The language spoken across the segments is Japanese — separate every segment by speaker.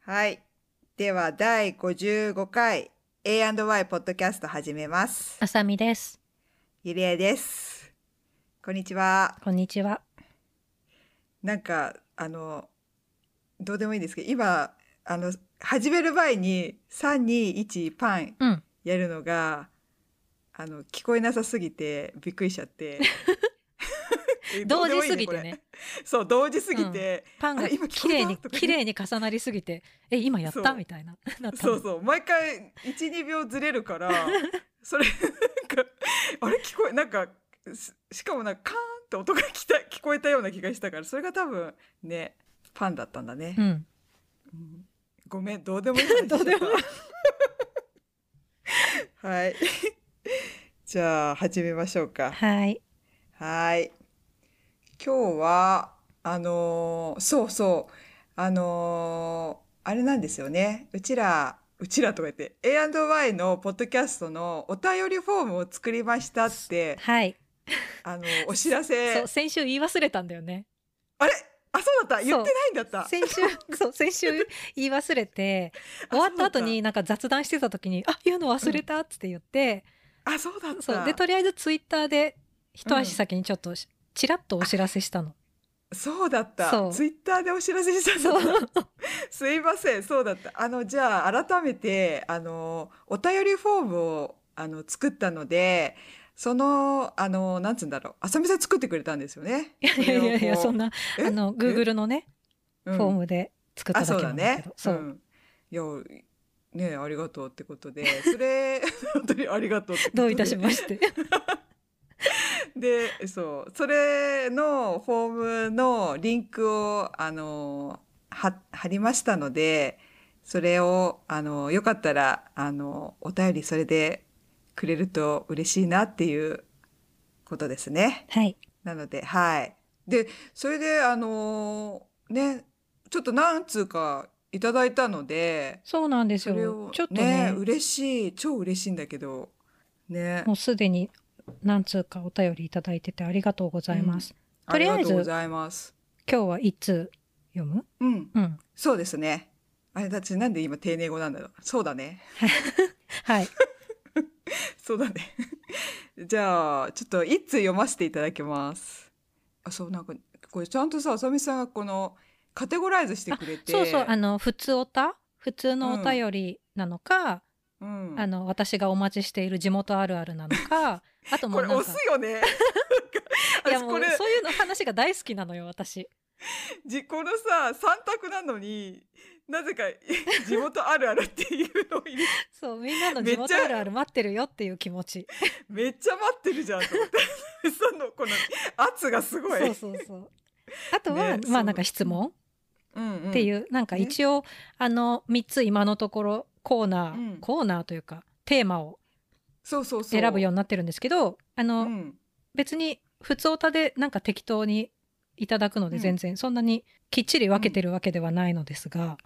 Speaker 1: はい。では、第55回 A&Y ポッドキャスト始めます。
Speaker 2: あさみです。
Speaker 1: ゆりえです。こんにちは。
Speaker 2: こんにちは。
Speaker 1: なんか、あの、どうでもいいんですけど、今、あの、始める前に、3、2、1、パン
Speaker 2: うん。
Speaker 1: やるのが、あの、聞こえなさすぎて、びっくりしちゃ って。
Speaker 2: 同
Speaker 1: どうで
Speaker 2: 時
Speaker 1: もいい
Speaker 2: すぎて。
Speaker 1: こ
Speaker 2: ね。
Speaker 1: れそう、同時すぎて、
Speaker 2: パン
Speaker 1: あ
Speaker 2: が
Speaker 1: れ今
Speaker 2: 綺麗に
Speaker 1: 聞こえたとか
Speaker 2: 綺麗に重なりすぎて、え今やっ
Speaker 1: そ
Speaker 2: た
Speaker 1: う
Speaker 2: みたいななった
Speaker 1: そ
Speaker 2: の
Speaker 1: うそう毎回12秒ずれるからそれなんかあれ聞こえなんかししかもなんかカーンって音がきた聞こえたような気がしたからそれが多分ねパンだったんだね
Speaker 2: う、ん。
Speaker 1: うんごめんどうでもいい話しちゃった
Speaker 2: どうでもい
Speaker 1: はいじゃあ始めましょうか
Speaker 2: はい。
Speaker 1: はい。今日は、あのーそうそう、あのーあれなんですよね。うちら、うちらとか言って、A&Y のポッドキャストのお便りフォームを作りましたって、
Speaker 2: はい。
Speaker 1: あの、お知ら
Speaker 2: そ
Speaker 1: せ
Speaker 2: う。先週言い忘れたんだよね。
Speaker 1: あれあ、そうだった
Speaker 2: そう
Speaker 1: 言ってないんだった
Speaker 2: 先週 そう先週言い忘 れて終わった後になんか雑談してた時にあ言うの忘れたっつって言って、
Speaker 1: あ、そうだっ
Speaker 2: そう
Speaker 1: た
Speaker 2: でとりあえずツイッターで一足先にちょっとしちらっとお知らせしたの。
Speaker 1: そうだった
Speaker 2: そう
Speaker 1: ツイッターでお知らせしたんだ
Speaker 2: そ
Speaker 1: った
Speaker 2: う
Speaker 1: すいません、そうだった。あの、じゃあ、改めて、あの、お便りフォームを、あの、作ったので、その、あの、なんつうんだろう。あさみさん作ってくれたんですよね。
Speaker 2: いやいやいやいやそんな
Speaker 1: え
Speaker 2: あの Google のね
Speaker 1: フ
Speaker 2: フォームで作った
Speaker 1: あ、
Speaker 2: だ
Speaker 1: そう
Speaker 2: け
Speaker 1: だ
Speaker 2: なんだけ
Speaker 1: ね
Speaker 2: ど。。
Speaker 1: うん。いや、ねありがとうってことで、それ、 本当にありがとうってことで
Speaker 2: どういたしま して。
Speaker 1: で、そう、それのフォームのリンクを、あの、は、貼りましたので、それを、あの、よかったら、あの、お便りそれでくれると嬉しいなっていうことですね。
Speaker 2: はい。
Speaker 1: なので、はい。で、それで、あの、ね、ちょっと何通かいただいたので、
Speaker 2: そうなんです
Speaker 1: それ
Speaker 2: よ。
Speaker 1: を
Speaker 2: ちょっとね、
Speaker 1: 嬉しい、超嬉しいんだけど、ね
Speaker 2: も、うすでに何通かお便りいただいててありがとうございます。
Speaker 1: あ
Speaker 2: と
Speaker 1: り
Speaker 2: りあえ
Speaker 1: が
Speaker 2: ず
Speaker 1: とうございます。
Speaker 2: 今日は一通読む
Speaker 1: うん。
Speaker 2: うん。
Speaker 1: そうですね。あれだってなんで今丁寧語なんだろう。そうだね。
Speaker 2: はい。
Speaker 1: そうだね。 じゃあ、ちょっと一通読ませていただきます。あ、そう、なんか、これちゃんとさ、あさみさんがこの、カテゴライズしてくれて。
Speaker 2: そうそう、あの、普通おた普通のお便りなのか、
Speaker 1: うん。
Speaker 2: あの、私がお待ちしている地元あるあるなの か、あとも
Speaker 1: こ
Speaker 2: う
Speaker 1: れ
Speaker 2: なん
Speaker 1: 押
Speaker 2: か
Speaker 1: す、よね。 なんか
Speaker 2: いや
Speaker 1: 私
Speaker 2: もう
Speaker 1: これ、
Speaker 2: そういうの話が大好きなのよ、私。
Speaker 1: じこのさ、三択なのに、なぜか、 地元あるあるっていうのを入れ
Speaker 2: そう、みんなの
Speaker 1: めっ
Speaker 2: 地
Speaker 1: ちゃ
Speaker 2: 元あるある待ってるよっていう気持 ち。
Speaker 1: めっちゃ待ってるじゃんと思って。 その、この圧がすごい。
Speaker 2: そうそうそう。あとは、
Speaker 1: ね
Speaker 2: ま
Speaker 1: そう
Speaker 2: あなんか質問
Speaker 1: うんうん
Speaker 2: っていう、なんか一応、あの、3つ今のところコーナー、
Speaker 1: うん
Speaker 2: コーナーというか、テーマを
Speaker 1: そうそうそう。
Speaker 2: 選ぶようになってるんですけどあの、
Speaker 1: うん
Speaker 2: 別に普通歌でなんか適当にいただくので
Speaker 1: うん
Speaker 2: 全然、そんなにきっちり分けてるわけではないのですが、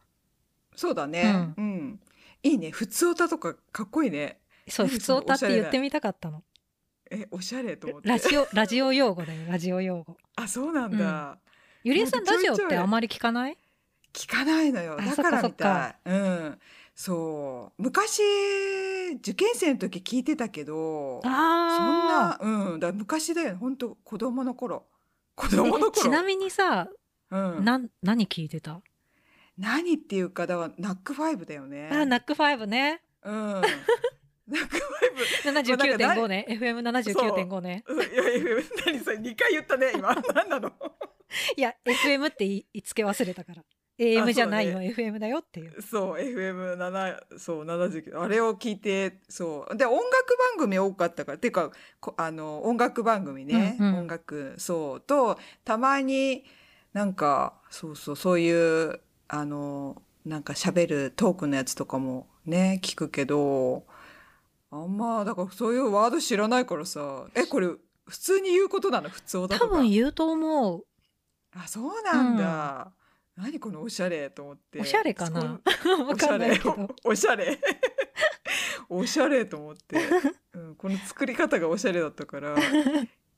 Speaker 1: そうだね。うん。いいね。普通歌とかかっこいいね。
Speaker 2: そう
Speaker 1: うん
Speaker 2: 普通歌って言ってみたかったの
Speaker 1: え、おしゃれと思って。
Speaker 2: ラジオラジオ用語だよラジオ用語
Speaker 1: あ、そうなんだ。
Speaker 2: ゆりえさん
Speaker 1: なんか
Speaker 2: ラ
Speaker 1: ち
Speaker 2: ジ
Speaker 1: ょ
Speaker 2: オ
Speaker 1: い
Speaker 2: っ
Speaker 1: ちょい
Speaker 2: てあまり聞かない
Speaker 1: 聞かないのよ。
Speaker 2: あ
Speaker 1: だから
Speaker 2: そ
Speaker 1: み
Speaker 2: っか
Speaker 1: たい。うん。そう。昔、受験生の時聞いてたけど、そん
Speaker 2: あ
Speaker 1: な、うん。だから昔だよね。本当子供の頃。子
Speaker 2: そ
Speaker 1: 供の頃。
Speaker 2: ちなみにさ、
Speaker 1: うん。
Speaker 2: なん何聞いてた、
Speaker 1: 何っていうか、だから、ナックファイブだよね。
Speaker 2: あナックファイ ブね
Speaker 1: うん。ナックファイブ。
Speaker 2: 79.5ね FM79.5 ね
Speaker 1: うんいやいや何それ2回言ったね今 何なの
Speaker 2: いや FM って言い言いつけ忘れたから AM じゃないよ、FM だよっていう
Speaker 1: そう FM7 そう79あれを聞いてそうで音楽番組多かったからてかこあの音楽番組ね、
Speaker 2: うんうん
Speaker 1: 音楽そうとたまになんかそうそうそういうあのなんか喋るトークのやつとかもね聞くけどあんまだからそういうワード知らないからさえこれ普通に言うことなの普通だとか
Speaker 2: 多分言うと思う
Speaker 1: あそうなんだ、何このおしゃれと思って
Speaker 2: おしゃれか
Speaker 1: そ
Speaker 2: な
Speaker 1: う
Speaker 2: わ
Speaker 1: おしゃ
Speaker 2: かんない
Speaker 1: れ
Speaker 2: けど。
Speaker 1: おしゃれおしゃれ と思 って、うん、この作り方がおしゃれだったから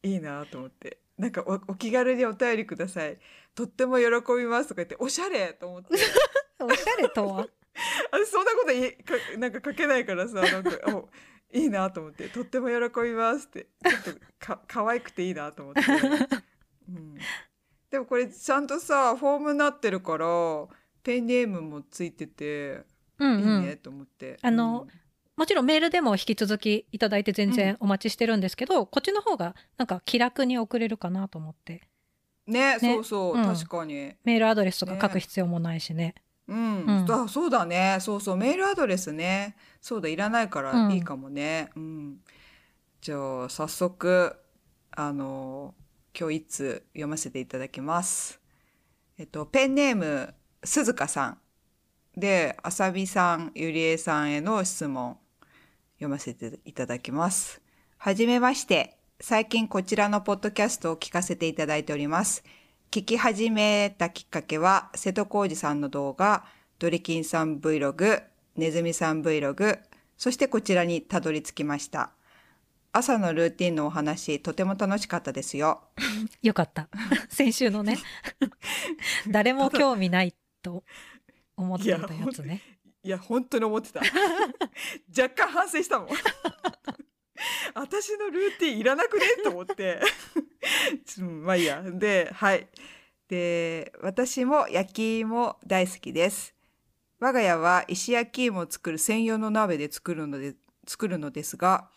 Speaker 1: いいなと思ってなんかおお気軽にお便りくださいとっても喜びますとか言っておしゃれと思って
Speaker 2: おしゃれと は。
Speaker 1: あそんなこといかなんか書けないからさなん かおいいなと思って「とっても喜びます」ってちょっとか可愛くていいなと思って、うん、でもこれちゃんとさフォームになってるからペンネームもついててい
Speaker 2: うん
Speaker 1: い
Speaker 2: うん。
Speaker 1: ねと思って、
Speaker 2: あのもちろんメールでも引き続きいただいて全然お待ちしてるんですけど、こっちの方がなんか気楽に送れるかなと思って
Speaker 1: うんね
Speaker 2: ね
Speaker 1: そうそう、
Speaker 2: うん
Speaker 1: 確かに
Speaker 2: メールアドレスとか書く必要もないしね
Speaker 1: うん、
Speaker 2: うん
Speaker 1: あそうだねそうそうメールアドレスねそうだいらないか
Speaker 2: う
Speaker 1: ら
Speaker 2: ん
Speaker 1: いいかもね、うんじゃあ早速あの今日一通読ませていただきますえっとペンネーム鈴鹿さんであさみさんゆりえさんへの質問読ませていただきますはじめまして最近こちらのポッドキャストを聞かせていただいております聞き始めたきっかけは、瀬戸康史さんの動画、ドリキンさん Vlog、ネズミさん Vlog、そしてこちらにたどり着きました。朝のルーティンのお話、とても楽しかったですよ。
Speaker 2: よかった 先週 のね誰も興味ないと思ってたやつね
Speaker 1: いや、本当に思ってた。若干反省したもん。 私のルーティンいらなくねと思って。 ちょまあいいや。で、はい。で、私も焼き芋大好きです。我が家は石焼き芋を作る専用の鍋で作るので、作るのですが、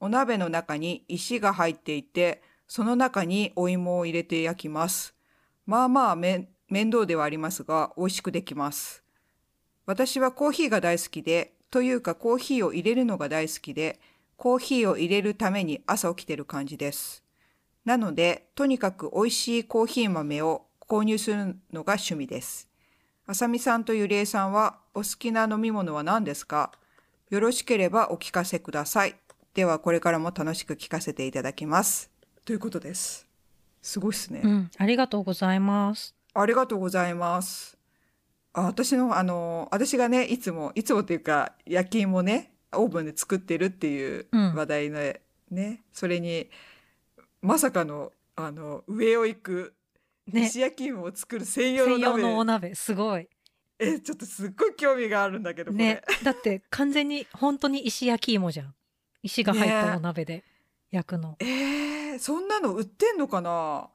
Speaker 1: お鍋の中に石が入っていて、その中にお芋を入れて焼きます。まあまあめ面倒ではありますが、美味しくできます。私はコーヒーが大好きで、というかコーヒーを入れるのが大好きで、コーヒーを入れるために朝起きてる感じです。なので、とにかく美味しいコーヒー豆を購入するのが趣味です。あさみさんとゆりえさんは、お好きな飲み物は何ですかよろしければお聞かせください。では、これからも楽しく聞かせていただきます。ということです。すごいっすね。
Speaker 2: うんありがとうございます
Speaker 1: ありがとうございます。あ私の、あの、私がね、いつも、いつもというか、焼き芋ね、オーブンで作ってるっていう
Speaker 2: うん
Speaker 1: 話題の、ね、それに、まさかの、あの、上を行く、
Speaker 2: ね
Speaker 1: 石焼き芋を作る専用の
Speaker 2: 専用
Speaker 1: 鍋。
Speaker 2: のお鍋すごい
Speaker 1: え、ちょっとすっごい興味があるんだけど、これ
Speaker 2: ね。だって完全に本当に石焼き芋じゃん石が入ったお鍋で焼くの、
Speaker 1: えー、そんなの売ってんのかな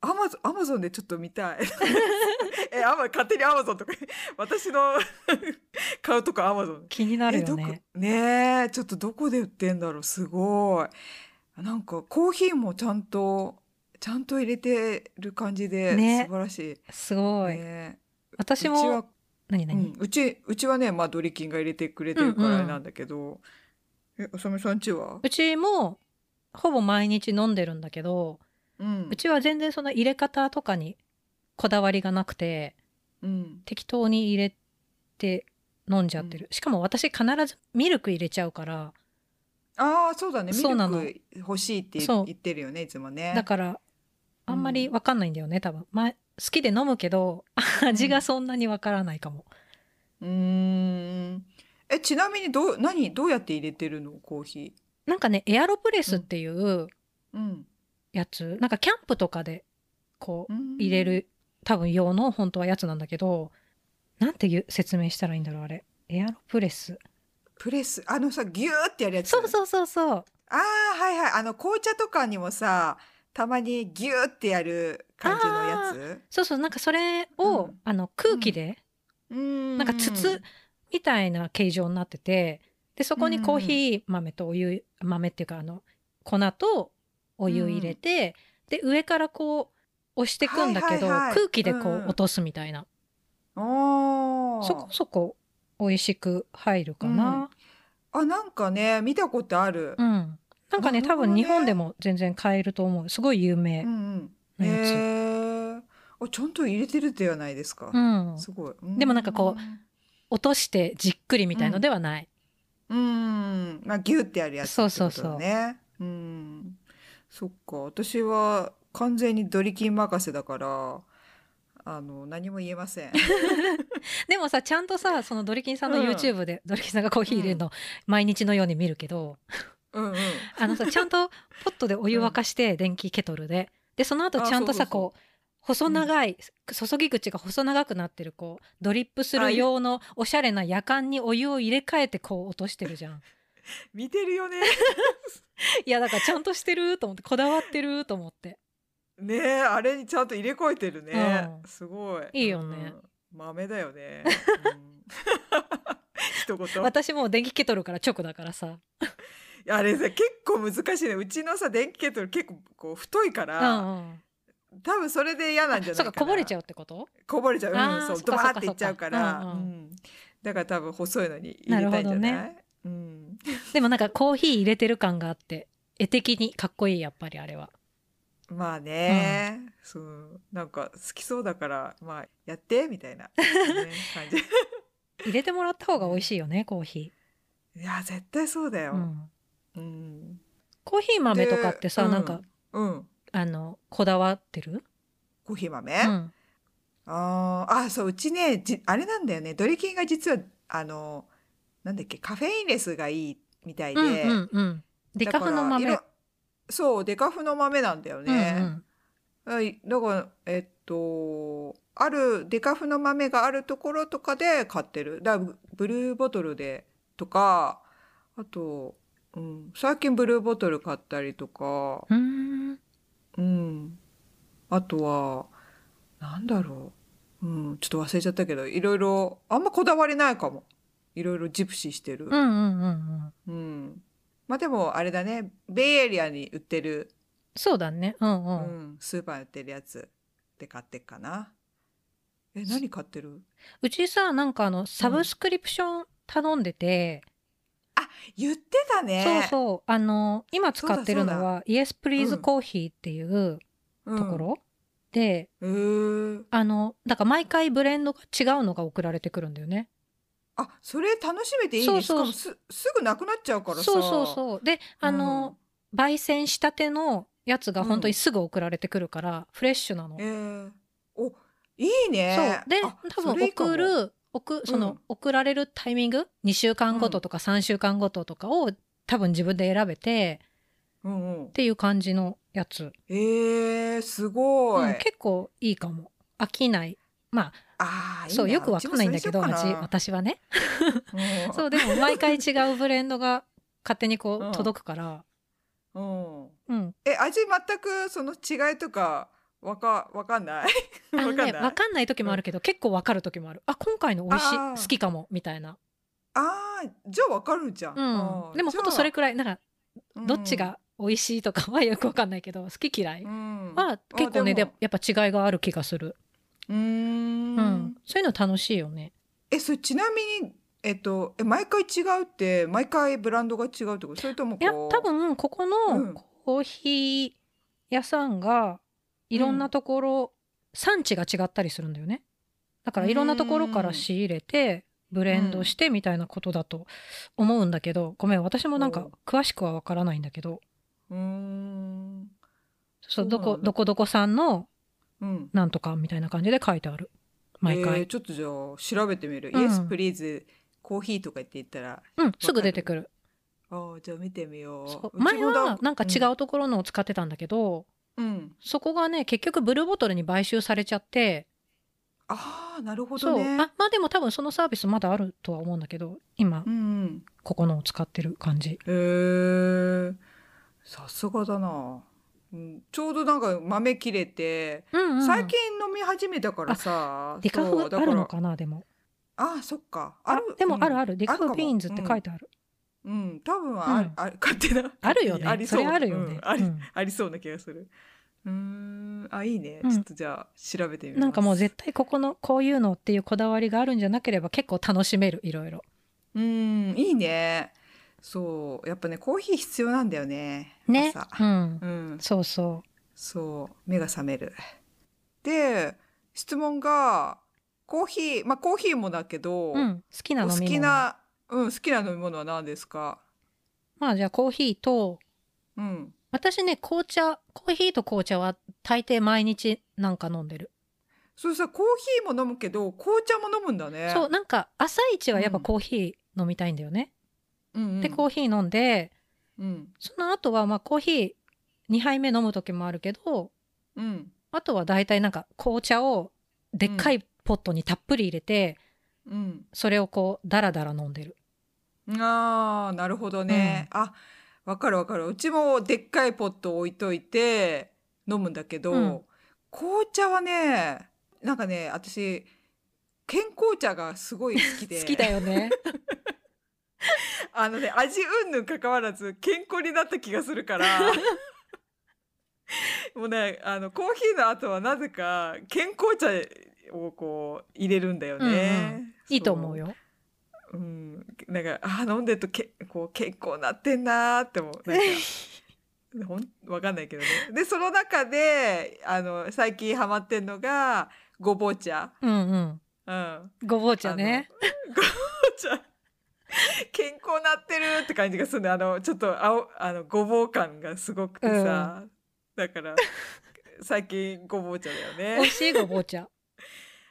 Speaker 1: アマゾン、アマゾンでちょっと見 たい。え、アマ、勝手にアマゾンとか、私の 買うとこアマゾン。
Speaker 2: 気になる
Speaker 1: えど
Speaker 2: よ
Speaker 1: こ
Speaker 2: ね
Speaker 1: ねえちょっとどこで売ってんだろうすごいなんかコーヒーもちゃんとちゃんと入れてる感じで、
Speaker 2: ね
Speaker 1: 素晴らしい、
Speaker 2: すごい、
Speaker 1: ねえうち
Speaker 2: 私
Speaker 1: は
Speaker 2: も何
Speaker 1: う
Speaker 2: 何、
Speaker 1: ん、うちうちはね、まあ、ドリキンが入れてくれてるか
Speaker 2: うんうん
Speaker 1: らあれなんだけど、えあさみさんちは、
Speaker 2: うちもほぼ毎日飲んでるんだけど、
Speaker 1: うん
Speaker 2: うちは全然その入れ方とかにこだわりがなくて
Speaker 1: うん、
Speaker 2: 適当に入れて飲んじゃってる、しかも私必ずミルク入れちゃうから
Speaker 1: ああそうだねミ
Speaker 2: そうな
Speaker 1: ル
Speaker 2: の
Speaker 1: ク欲しいって言
Speaker 2: そう
Speaker 1: 言ってるよねいつもね
Speaker 2: だからあんまりわかんないんだよね多分、まあ、好きで飲むけど味がそんなにわからないかも、
Speaker 1: うーんえちなみにどう何どうやって入れてるのコーヒ
Speaker 2: なんかねエアロプレスっていう
Speaker 1: ー、うん
Speaker 2: やつ、なんかキャンプとかでこう
Speaker 1: うん
Speaker 2: 入れる多分用の本当はやつなんだけどなんていう説明したらいいんだろうあれエアロプレス
Speaker 1: プレスあのさギューってやるやつ
Speaker 2: そうそうそうそう
Speaker 1: ああはいはいあの紅茶とかにもさたまにギューってやる感じのやつ
Speaker 2: そうそうなんかそれを、
Speaker 1: うん
Speaker 2: あの空気で、
Speaker 1: うーん
Speaker 2: なんか筒みたいな形状になっててでそこにコーヒー豆とお湯豆っていうかあの粉とお湯入れて、で上からこう押してくんだけど、
Speaker 1: はいはいはい
Speaker 2: 空気でこ
Speaker 1: うんう
Speaker 2: うん落とすみたいな、
Speaker 1: お
Speaker 2: そこ
Speaker 1: ー
Speaker 2: そこ美味しく入るかな、
Speaker 1: あなんかね見たことある、
Speaker 2: うんなんかね
Speaker 1: なる
Speaker 2: 多
Speaker 1: ほどね
Speaker 2: 分日本でも全然買えると思うすごい有名
Speaker 1: うんうん
Speaker 2: な
Speaker 1: へ
Speaker 2: やつ、
Speaker 1: えあちゃんと入れてるではないですか、
Speaker 2: うん、
Speaker 1: すごい
Speaker 2: でもなんかこ落としてじっくりみたいのではない、
Speaker 1: うーんまあギューってやるやつ
Speaker 2: そうそうそう
Speaker 1: ってことだねうーんそっか私は完全にドリキン任せだからあの何も言えません
Speaker 2: でもさちゃんとさそのドリキンさんの
Speaker 1: うん
Speaker 2: YouTube で、ドリキンさんがコーヒー入れるの、毎日のように見るけど
Speaker 1: うんうん
Speaker 2: あのさちゃんとポットでお湯沸かして、電気ケトルででその後ちゃん
Speaker 1: あそ
Speaker 2: とさ
Speaker 1: うそうそう
Speaker 2: こう細長い、注ぎ口が細長くなってるこうドリップする用のおしゃれなやかんにお湯を入れ替えてこう落としてるじゃん。
Speaker 1: 見てるよね。
Speaker 2: いやだからちゃんとしてると思ってこだわってると 思って
Speaker 1: ねえあれにちゃんと入れ替えてるね。
Speaker 2: うん
Speaker 1: すごい。
Speaker 2: いいよね
Speaker 1: うん。豆だよ ね。うん 一言。
Speaker 2: 私もう電気ケトルから直だからさ、
Speaker 1: あれさ結構難しいね。うちのさ電気ケトル結構こう太いか
Speaker 2: うんう
Speaker 1: ら、
Speaker 2: ん、
Speaker 1: 多分それで嫌なんじゃないか
Speaker 2: そう
Speaker 1: な。
Speaker 2: かこぼれちゃ
Speaker 1: う。
Speaker 2: うってこと
Speaker 1: こぼれちゃう。
Speaker 2: あ
Speaker 1: う
Speaker 2: ー
Speaker 1: ん、そ
Speaker 2: そうっ
Speaker 1: ド
Speaker 2: か
Speaker 1: バ
Speaker 2: そっ
Speaker 1: ー
Speaker 2: か
Speaker 1: っていっちゃうから、
Speaker 2: うん
Speaker 1: う
Speaker 2: うん
Speaker 1: ん。だから多分細いのに入れたいんじゃない？
Speaker 2: なる
Speaker 1: うん。
Speaker 2: でもなんかコーヒー入れてる感があって絵的にかっこいいやっぱりあれは
Speaker 1: まあね、そうなんか好きそうだからまあやってみたいな、ね、感じ。
Speaker 2: 入れてもらった方が美味しいよねコーヒ
Speaker 1: いや絶対そうだ
Speaker 2: ー、
Speaker 1: よ。
Speaker 2: うん、
Speaker 1: うん。
Speaker 2: コーヒー豆とかってさ、
Speaker 1: で
Speaker 2: なんか、
Speaker 1: うんうん
Speaker 2: あのこだわってる、
Speaker 1: コーヒー豆、
Speaker 2: う
Speaker 1: あ
Speaker 2: ん、
Speaker 1: あーあそううちねじあれなんだよねドリキンが実はあのなんだっけカフェインレスがいいみたいで、
Speaker 2: うんうんうんデカフの豆、
Speaker 1: だからいろそうデカフの豆なんだよね。
Speaker 2: うん
Speaker 1: はい、だから、えっと、あるデカフの豆があるところとかで買ってる。だからブブルーボトルでとか、あと、うん、最近ブルーボトル買ったりとか、
Speaker 2: うんうんう
Speaker 1: うん、あとは、なんだろう、うん、ちょっと忘れちゃったけど、いろいろ、あんまこだわりないかも。いろいろジプシーしてる
Speaker 2: ーん。うんうんうん
Speaker 1: うん。まあでも、あれだね、ベイエリアに売ってる、
Speaker 2: そうだねうんう、
Speaker 1: うんん、スーパーに売ってるやつで買ってっかな。え、何買ってる
Speaker 2: うちさなんかあのサブスクリプション頼んでて、
Speaker 1: 言ってたね。
Speaker 2: そうそうあの今使ってるのはイエスプリー
Speaker 1: う
Speaker 2: ズ
Speaker 1: ん
Speaker 2: コーヒーっていう
Speaker 1: うん。
Speaker 2: ところ、で
Speaker 1: へー
Speaker 2: あのだから毎回ブレンドが違うのが送られてくるんだよね。
Speaker 1: あ、それ楽しめていい
Speaker 2: そう
Speaker 1: ね。し
Speaker 2: そ
Speaker 1: か
Speaker 2: う
Speaker 1: もす、すぐなくなっちゃうからさ。
Speaker 2: そうそうそうであの、焙煎したてのやつが本当にすぐ送られてくるから、フレッシュなの。
Speaker 1: うん。えーお、いいね。
Speaker 2: そうで
Speaker 1: あ
Speaker 2: 多
Speaker 1: それ
Speaker 2: 分
Speaker 1: いいかも
Speaker 2: 送る送その、
Speaker 1: うん
Speaker 2: 送られるタイミング2週間ごととか3週間ごととかを多分自分で選べて
Speaker 1: うんうん
Speaker 2: っ。ていう感じのやつ、
Speaker 1: えー、すごい。
Speaker 2: うん結構いいかも飽きない
Speaker 1: あーいいな
Speaker 2: そうよくわかんないんだけど
Speaker 1: うちも
Speaker 2: 味
Speaker 1: それにしよう
Speaker 2: 私はね
Speaker 1: かな
Speaker 2: そうでも毎回違うブレンドが勝手にこ
Speaker 1: うん
Speaker 2: う届くから、
Speaker 1: うんうん。
Speaker 2: うん、
Speaker 1: え、味全くその違いとか、わか、わかんない
Speaker 2: あ
Speaker 1: わか
Speaker 2: の
Speaker 1: んな
Speaker 2: ね
Speaker 1: い。
Speaker 2: 分かんない時もあるけど、結構分かる時もあるあ今回の美味しい
Speaker 1: あ
Speaker 2: 好
Speaker 1: ー
Speaker 2: きかもみたいな、
Speaker 1: ああ、じゃあわかるじゃん。
Speaker 2: うん
Speaker 1: あ、ー
Speaker 2: でも
Speaker 1: じゃ
Speaker 2: ほ
Speaker 1: あ
Speaker 2: んとそれくらいなんか
Speaker 1: うん
Speaker 2: どっちが美味しいとかはよく分かんないけど好き嫌い
Speaker 1: うん
Speaker 2: は結構ね
Speaker 1: あ
Speaker 2: で
Speaker 1: も
Speaker 2: やっぱ違いがある気がする、
Speaker 1: うーん
Speaker 2: うん、そういうの楽しいよね
Speaker 1: えそれちなみにえっとえ毎回違うって毎回ブランドが違うってことそれともこう
Speaker 2: いや多分ここ
Speaker 1: う
Speaker 2: の
Speaker 1: ん
Speaker 2: コーヒー屋さんがいろんなところ、産地が違ったりするんだよねだからいろんなところから仕入れてブレンドしてみたいなことだと思うんだけど、ごめん私もなん
Speaker 1: お
Speaker 2: か
Speaker 1: う
Speaker 2: 詳しくはわからないんだけど
Speaker 1: うーん
Speaker 2: そ
Speaker 1: そ
Speaker 2: う
Speaker 1: う
Speaker 2: ど
Speaker 1: な
Speaker 2: こ
Speaker 1: んだ
Speaker 2: どこどこさんの
Speaker 1: うん
Speaker 2: なんとかみたいな感じで書いてある毎
Speaker 1: え
Speaker 2: 回、
Speaker 1: ーちょっとじゃあ調べてみる、
Speaker 2: うん
Speaker 1: イエスプリーズコーヒーとか言って言ったら
Speaker 2: うんすぐ出てくる
Speaker 1: あーじゃあ見てみよ
Speaker 2: そうう
Speaker 1: うち
Speaker 2: 前
Speaker 1: もだ
Speaker 2: はなんか違うところのを使ってたんだけど、
Speaker 1: うん、うん
Speaker 2: そこがね結局ブルーボトルに買収されちゃって
Speaker 1: ああなるほ
Speaker 2: そ
Speaker 1: ど
Speaker 2: う
Speaker 1: ね
Speaker 2: あまあでも多分そのサービスまだあるとは思うんだけど今
Speaker 1: うんうん
Speaker 2: ここのを使ってる感じ
Speaker 1: へーさすがだな、うん、ちょうどなんか豆切れて
Speaker 2: うんうんうん
Speaker 1: 最近飲み始めたからさ
Speaker 2: デカ
Speaker 1: そう
Speaker 2: フ
Speaker 1: だ
Speaker 2: があ
Speaker 1: ら
Speaker 2: るのかなでも
Speaker 1: あそっか
Speaker 2: あでもあるあ
Speaker 1: る
Speaker 2: るデカ
Speaker 1: あるか
Speaker 2: フ
Speaker 1: も
Speaker 2: ビーンズって書いてある
Speaker 1: うん、うん多分ある、
Speaker 2: うん
Speaker 1: ある勝手な
Speaker 2: あるよ
Speaker 1: 勝手に
Speaker 2: ね
Speaker 1: り
Speaker 2: そうれあるよね
Speaker 1: うんあり
Speaker 2: うん
Speaker 1: ありそうな気がするうーんあいいね、
Speaker 2: うん
Speaker 1: ちょっとじゃあ調べてみます
Speaker 2: なんかもう絶対ここのこういうのっていうこだわりがあるんじゃなければ結構楽しめるいろいろ
Speaker 1: うんいいねそうやっぱねコーヒー必要なんだよね
Speaker 2: ね
Speaker 1: 朝
Speaker 2: うん
Speaker 1: うん
Speaker 2: そうそ
Speaker 1: そう目が覚めるで質問がコーヒーまあコーヒーもだけど、
Speaker 2: ううん好きな
Speaker 1: お
Speaker 2: 飲
Speaker 1: 好
Speaker 2: み物
Speaker 1: きなうん好きな飲み物は何ですか
Speaker 2: まあじゃあコーヒーと
Speaker 1: うん
Speaker 2: 私ね紅茶コーヒーと紅茶は大抵毎日なんか飲んでる
Speaker 1: それさコーヒーも飲むけど紅茶も飲むんだね
Speaker 2: そうなんか朝一はやっぱ
Speaker 1: うん
Speaker 2: コーヒー飲みたいんだよね。
Speaker 1: うんうん、
Speaker 2: でコーヒー飲んで
Speaker 1: うん
Speaker 2: その後はまあコーヒー2杯目飲む時もあるけど
Speaker 1: うん
Speaker 2: あとは大体なんか紅茶をでっかいポットにたっぷり入れて、
Speaker 1: うん。
Speaker 2: それをこうダラダラ飲んでる。
Speaker 1: ああ、なるほどね。あ、わかるわかる。うちもでっかいポット置いといて飲むんだけど、
Speaker 2: うん
Speaker 1: 紅茶はね、なんかね、私、健康茶がすごい好きで。
Speaker 2: 好きだよ ね。
Speaker 1: あのね、味うんぬん関わらず健康になった気がするから。 もうね、あの、コーヒーの後はなぜか健康茶をこう入れるんだよ
Speaker 2: うんう
Speaker 1: ね。
Speaker 2: いいと思うよ。
Speaker 1: そう。うん。なんか、あー、飲んでるとけ、こう健康なってんなーって思う。なんか ほん、わかんないけどね。で、その中で、あの、最近ハマってんのが、ごぼう茶。
Speaker 2: うんうん。
Speaker 1: うん。
Speaker 2: ごぼう茶ね。
Speaker 1: じゃあ健康なってるって感じがするねあのちょっと青あのごぼう感がすごくてさ、だから最近ごぼう茶だ
Speaker 2: 美
Speaker 1: よ
Speaker 2: 味
Speaker 1: ね
Speaker 2: しいごぼう茶。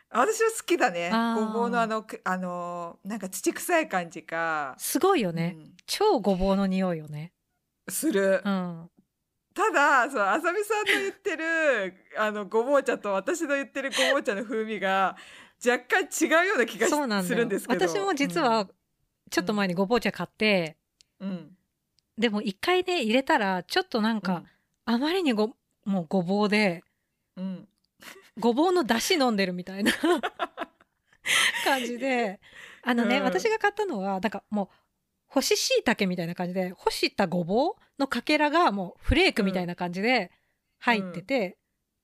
Speaker 1: 私は好きだね
Speaker 2: あー
Speaker 1: ごぼうのあのくあのなんか土臭い感じか、
Speaker 2: すごいよね。
Speaker 1: うん
Speaker 2: 超ごぼうの匂いよね。
Speaker 1: する、
Speaker 2: うん。
Speaker 1: ただそうあさみさんの言ってるあのごぼう茶と私の言ってるごぼう茶の風味が若干違うような気がし
Speaker 2: そうなん
Speaker 1: す
Speaker 2: だ
Speaker 1: る
Speaker 2: よ
Speaker 1: んですけど
Speaker 2: 私も実はちょっと前にごぼう茶買って、
Speaker 1: うん、うん
Speaker 2: でも一回ね入れたらちょっとなんか、あまりにごもうごぼうで
Speaker 1: うんうん
Speaker 2: ごぼうの出汁飲んでるみたいな 感じであのね、
Speaker 1: うん
Speaker 2: 私が買ったのはなんかもう干し椎茸みたいな感じで干したごぼうのかけらがもうフレークみたいな感じで入ってて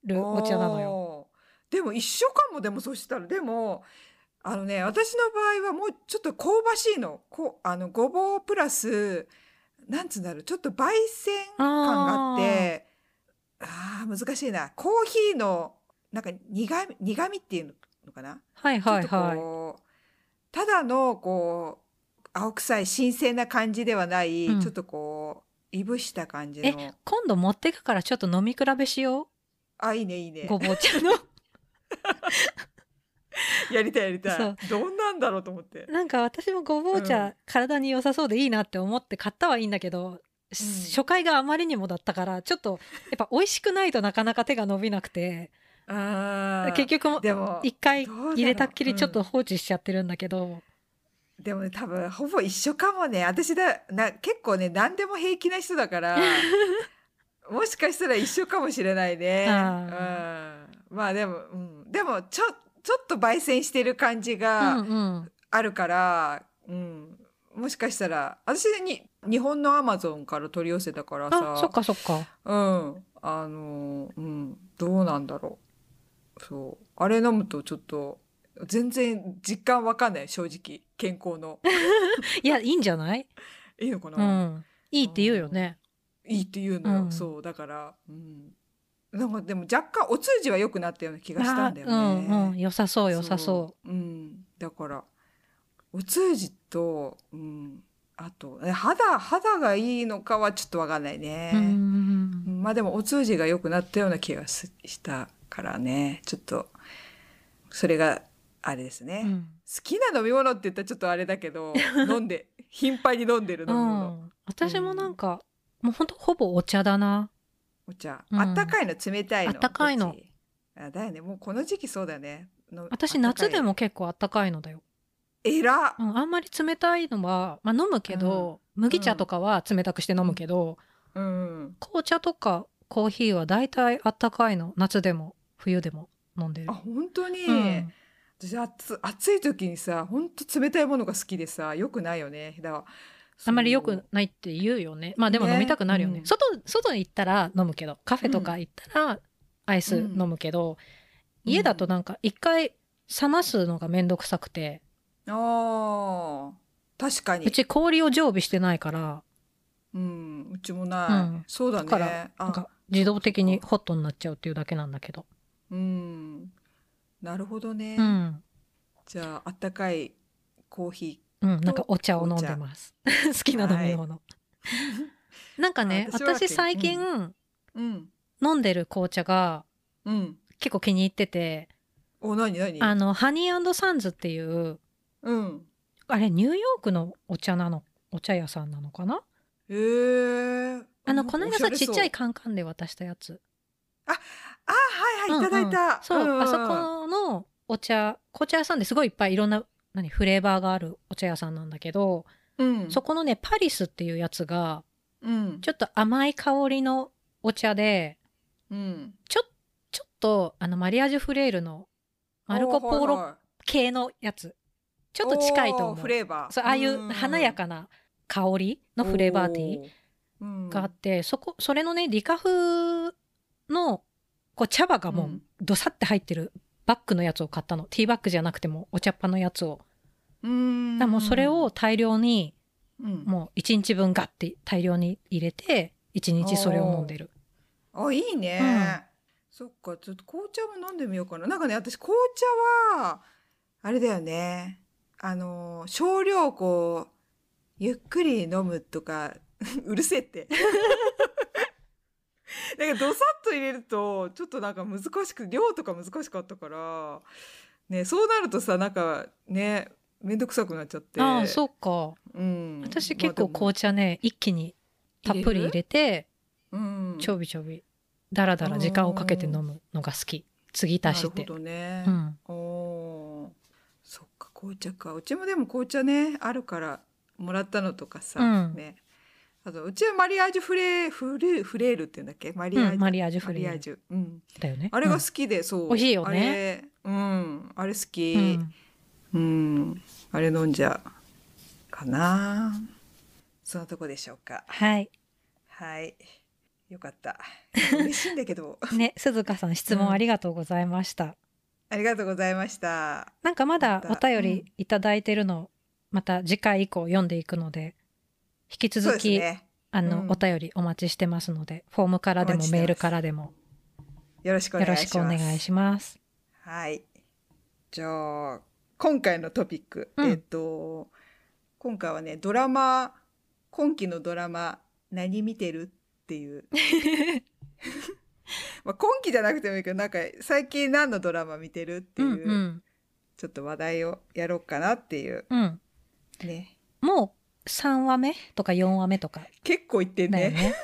Speaker 2: るお茶なのよ。
Speaker 1: よ。でも一緒かもでもそしたらでもあのね私の場合はもうちょっと香ばしいのこあのごぼうプラスなんつうんだろうちょっと焙煎感があってあー難しいなコーヒーのなんか苦み苦みっていうのかな、
Speaker 2: はいはい
Speaker 1: ちょっと
Speaker 2: はい。
Speaker 1: こうただのこう青臭い新鮮な感じではない、
Speaker 2: うん
Speaker 1: ちょっとこういぶした感じ
Speaker 2: え
Speaker 1: の
Speaker 2: 今度持ってくからちょっと飲み比べしよ
Speaker 1: あいいねいいね
Speaker 2: うごぼう茶の。
Speaker 1: やりたいやりた
Speaker 2: そ
Speaker 1: いうどんなんだろうと思って
Speaker 2: なんか私もごぼう茶、
Speaker 1: うん
Speaker 2: 体に良さそうでいいなって思って買ったはいいんだけど、初回があまりにもだったからちょっとやっぱ美味しくないとなかなか手が伸びなくて
Speaker 1: あー
Speaker 2: 結局も
Speaker 1: でも
Speaker 2: 一回
Speaker 1: どうだろう
Speaker 2: 入れたっきりちょっと放置しちゃってるんだけど、
Speaker 1: でもね多分ほぼ一緒かもね私だな結構ね何でも平気な人だ からもしかしたら一緒かもしれないね、う
Speaker 2: あ
Speaker 1: ん、まあでも、うん、でもちょちょっと焙煎してる感じ
Speaker 2: うん
Speaker 1: が
Speaker 2: うん
Speaker 1: あるから、うんもしかしたら私に日本のアマゾンから取り寄せたからさ
Speaker 2: あそっかそっか
Speaker 1: うん。あのー、うん。どうなんだろう。そう。あれ飲むとちょっと、全然実感わかんない、正直。健康の。
Speaker 2: いやいいんじゃない、
Speaker 1: いいのか
Speaker 2: う
Speaker 1: な、
Speaker 2: ん、いいって言うよね、
Speaker 1: いいっていうのよ、
Speaker 2: うん
Speaker 1: そう。だから、うん。なんかでも若干お通じは良くなったような気がした
Speaker 2: あ
Speaker 1: んだよ
Speaker 2: う
Speaker 1: ね。。
Speaker 2: んうん良さそう良さそう
Speaker 1: うん。だから、お通じと、うん。あと、え肌、肌がいいのかはちょっとわかんないね。
Speaker 2: う、うんうんうん
Speaker 1: まあでもお通じが良くなったような気がすしたからねちょっとそれがあれですね、
Speaker 2: う
Speaker 1: 好
Speaker 2: ん
Speaker 1: きな飲み物って言ったらちょっとあれだけ ど飲んで頻繁に飲んでる飲み物、
Speaker 2: うん私もなんか、もうほんとほぼお茶だな
Speaker 1: お茶、
Speaker 2: うん
Speaker 1: あったかいの冷たいの
Speaker 2: あったかいの
Speaker 1: どっちあだよねもうこの時期そうだねの
Speaker 2: 私
Speaker 1: あったか
Speaker 2: 夏
Speaker 1: い
Speaker 2: でも結構あったかいのだよ
Speaker 1: えらっ
Speaker 2: うん、あんまり冷たいのは、まあ、飲むけど、麦茶とかは冷たくして飲むけど、
Speaker 1: うん
Speaker 2: 紅茶とかコーヒーは大体あったかいの夏でも冬でも飲んでる
Speaker 1: あ。本当に、
Speaker 2: うん
Speaker 1: 私暑暑い時にさ本当冷たいものが好きでさ良くないよねだから
Speaker 2: あんまり良
Speaker 1: そう
Speaker 2: くないって言うよね。まあでも
Speaker 1: ね
Speaker 2: 飲みたくなるよね。
Speaker 1: うん
Speaker 2: 外外行ったら飲むけど、カフェとか行ったらアイス飲むけど、
Speaker 1: うん
Speaker 2: 家だとなんか一回冷ますのがめんどくさくて、
Speaker 1: あー確かに
Speaker 2: うち氷を常備してないから、
Speaker 1: うん、うちもない。
Speaker 2: うん
Speaker 1: そうだ
Speaker 2: だから
Speaker 1: ね。
Speaker 2: なん
Speaker 1: あ
Speaker 2: か、自動的にホットになっちゃうっていうだけなんだけど。
Speaker 1: うん。なるほどね。
Speaker 2: うん。
Speaker 1: じゃあ、あったかいコーヒ
Speaker 2: うん、なんか
Speaker 1: と
Speaker 2: お茶を飲んでます。 好きな飲み物。 なんかね、
Speaker 1: あ私は
Speaker 2: 私最近、
Speaker 1: ー。うん。
Speaker 2: 飲んでる紅茶が
Speaker 1: うん。
Speaker 2: 結構気に入ってて、
Speaker 1: お、なになに
Speaker 2: あの、ハニーサンズっていう、
Speaker 1: うん。
Speaker 2: あれ、ニューヨークのお茶なの、お茶屋さんなのかな
Speaker 1: へえ。
Speaker 2: あの、
Speaker 1: なん
Speaker 2: こ
Speaker 1: か
Speaker 2: の
Speaker 1: お
Speaker 2: 間
Speaker 1: しゃ
Speaker 2: さ、
Speaker 1: れ
Speaker 2: ち
Speaker 1: そ
Speaker 2: っ
Speaker 1: う
Speaker 2: ちゃいカンカンで渡したやつ。
Speaker 1: はいはい、いただい
Speaker 2: うんうん
Speaker 1: た。
Speaker 2: そう、
Speaker 1: んん
Speaker 2: あそこのお茶紅茶屋さんですごいいっぱいいろんな何フレーバーがあるお茶屋さんなんだけど、
Speaker 1: うん。
Speaker 2: そこのねパリスっていうやつが
Speaker 1: うん。
Speaker 2: ちょっと甘い香りのお茶で
Speaker 1: うん。
Speaker 2: ちょちょっとあのマリアージュフレールのマルコ・ポーロ系のやつち
Speaker 1: ち
Speaker 2: ょっと近いと思う
Speaker 1: フレーバー。
Speaker 2: そうああいう華やかな香りのフレーバーティー
Speaker 1: ー
Speaker 2: があって、そこそれのねリカ風のこう茶葉がもううんどさって入ってるバッグのやつを買ったの、ティーバッグじゃなくてもお茶っ葉のやつを、
Speaker 1: うん。
Speaker 2: だからもうそれを大量に
Speaker 1: うん、
Speaker 2: もう1日分ガッて大量に入れて1日それを飲んでる
Speaker 1: あ、いいね。そっか、ちょっと紅茶も飲んでみようかな。なんかね、私紅茶は、あれだよね。あの、少量こう、ゆっくり飲むとか、 うるせえって。 なんかどさっと入れると、ちょっとなんか難しく、量とか難しかったから、ね、そうなるとさ、なんかね、めんどくさくなっちゃって。
Speaker 2: ああそうか
Speaker 1: うん。
Speaker 2: 私結構
Speaker 1: 紅
Speaker 2: 紅
Speaker 1: 茶
Speaker 2: 茶ね一気にたっぷり入れて
Speaker 1: うん、
Speaker 2: ちょびちょびだらだら時間をかけて飲むのが好き次足して
Speaker 1: なるほどね。
Speaker 2: うん
Speaker 1: おーそっか紅茶かうちもでも紅茶ねあるからもらったのとかさ、
Speaker 2: うん
Speaker 1: ねあとうちはマリアージュフレーフレフレールっていうんだっけマリアージ
Speaker 2: う
Speaker 1: ュ、
Speaker 2: んマリアージュフレール
Speaker 1: マリアージュうん、
Speaker 2: だよね
Speaker 1: あれが
Speaker 2: うん
Speaker 1: 好きで、そう
Speaker 2: 美味しいよね
Speaker 1: あれうんあれ好
Speaker 2: う
Speaker 1: き
Speaker 2: ん
Speaker 1: うん、あれ飲んじゃうかなそんなとこでしょうか
Speaker 2: はい
Speaker 1: はいよかった嬉しいんだけど
Speaker 2: ね、鈴鹿さん質問ありがとうございました。
Speaker 1: ありがとうございました
Speaker 2: なんかまだお
Speaker 1: また
Speaker 2: 便
Speaker 1: うん
Speaker 2: りいただいてるの、また次回以降読んでいくので、引き
Speaker 1: そう
Speaker 2: 続
Speaker 1: です
Speaker 2: き、
Speaker 1: ね
Speaker 2: あの、
Speaker 1: うん
Speaker 2: お便りお待ちしてますので、フォームからで
Speaker 1: お待
Speaker 2: も
Speaker 1: ちしてます
Speaker 2: メールからでも
Speaker 1: よろしくお
Speaker 2: よ
Speaker 1: 願
Speaker 2: ろ
Speaker 1: い
Speaker 2: し
Speaker 1: し
Speaker 2: くお
Speaker 1: ま
Speaker 2: 願
Speaker 1: す
Speaker 2: いします。
Speaker 1: はい。じゃあ、今回のトピック、
Speaker 2: うん
Speaker 1: えっと、今回はね、ドラマ、今期のドラマ、何見てるって いう。まあ、今期じゃなくてもいいけど、なんか、最近何のドラマ見てるって
Speaker 2: う
Speaker 1: い
Speaker 2: ん
Speaker 1: う、
Speaker 2: うん
Speaker 1: ちょっと話題をやろうかなっていう。
Speaker 2: うん。
Speaker 1: ね。
Speaker 2: もう3話目とか4話目とか
Speaker 1: 結構言ってん
Speaker 2: だよ
Speaker 1: ね。
Speaker 2: ね。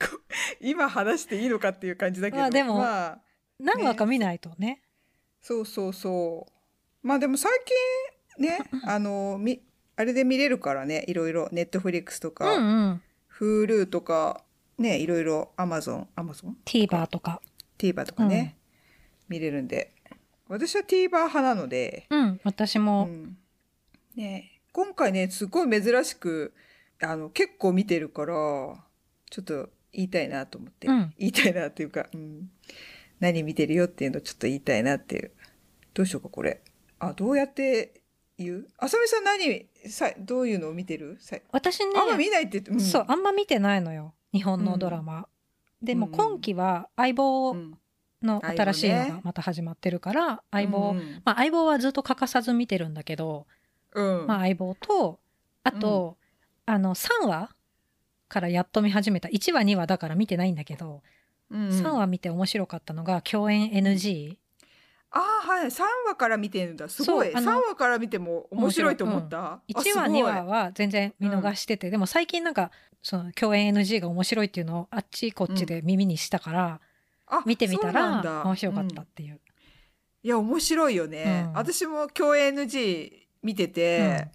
Speaker 1: こ今話していいのかっていう感じだけど。
Speaker 2: まあでも
Speaker 1: まあ
Speaker 2: 何話か見ないとね。
Speaker 1: そうそうそう。まあでも最近ね、あの、み、あれで見れるからね、いろいろ、ネットフリックスと
Speaker 2: うん
Speaker 1: か、
Speaker 2: うん。
Speaker 1: Hulu とか、ね、いろいろ、アマゾン、アマゾン
Speaker 2: TVer とか。
Speaker 1: ?TVer とかね、見れるんで。私は TVer 派なので、
Speaker 2: うん。私
Speaker 1: う
Speaker 2: も、
Speaker 1: ん。ね、今回ね、すごい珍しく、あの、結構見てるから、ちょっと言いたいなと思って、
Speaker 2: うん
Speaker 1: 言いたいなっていうか、うん。何見てるよっていうのをちょっと言いたいなっていう。どうしようか、これ。あ、どうやって言うあさみさん何、さ、どういうのを見てるさ
Speaker 2: 私ね、
Speaker 1: あんま見ないって言って、うん、
Speaker 2: そう、あんま見てないのよ。日本のドラマ。でも
Speaker 1: うんうん
Speaker 2: 今期は相棒
Speaker 1: うん
Speaker 2: の新しいの
Speaker 1: 相棒
Speaker 2: が
Speaker 1: ね
Speaker 2: また始まってるから、相棒、
Speaker 1: うん
Speaker 2: まあ相棒はずっと欠かさず見てるんだけど、
Speaker 1: うん。
Speaker 2: まあ相棒と、あと、あの3話からやっと見始めた。1話2話だから見てないんだけど、
Speaker 1: うん
Speaker 2: 3話見て面白かったのが共演 NG。
Speaker 1: あーはい。3話から見てるんだ。すごい。
Speaker 2: そうあ
Speaker 1: 3
Speaker 2: の
Speaker 1: 話から見ても面白いと思った、あ
Speaker 2: 1話
Speaker 1: すごい
Speaker 2: 2話は全然見逃してて、でも最近なんかその共演 NG が面白いっていうのをあっちこっちで耳にしたから、
Speaker 1: あ
Speaker 2: 見てみた
Speaker 1: そうなんだ
Speaker 2: ら面白かっ
Speaker 1: う
Speaker 2: た
Speaker 1: ん
Speaker 2: っていう。
Speaker 1: いや、面白いよね。
Speaker 2: うん
Speaker 1: 私も共演 NG 見て
Speaker 2: うん
Speaker 1: て、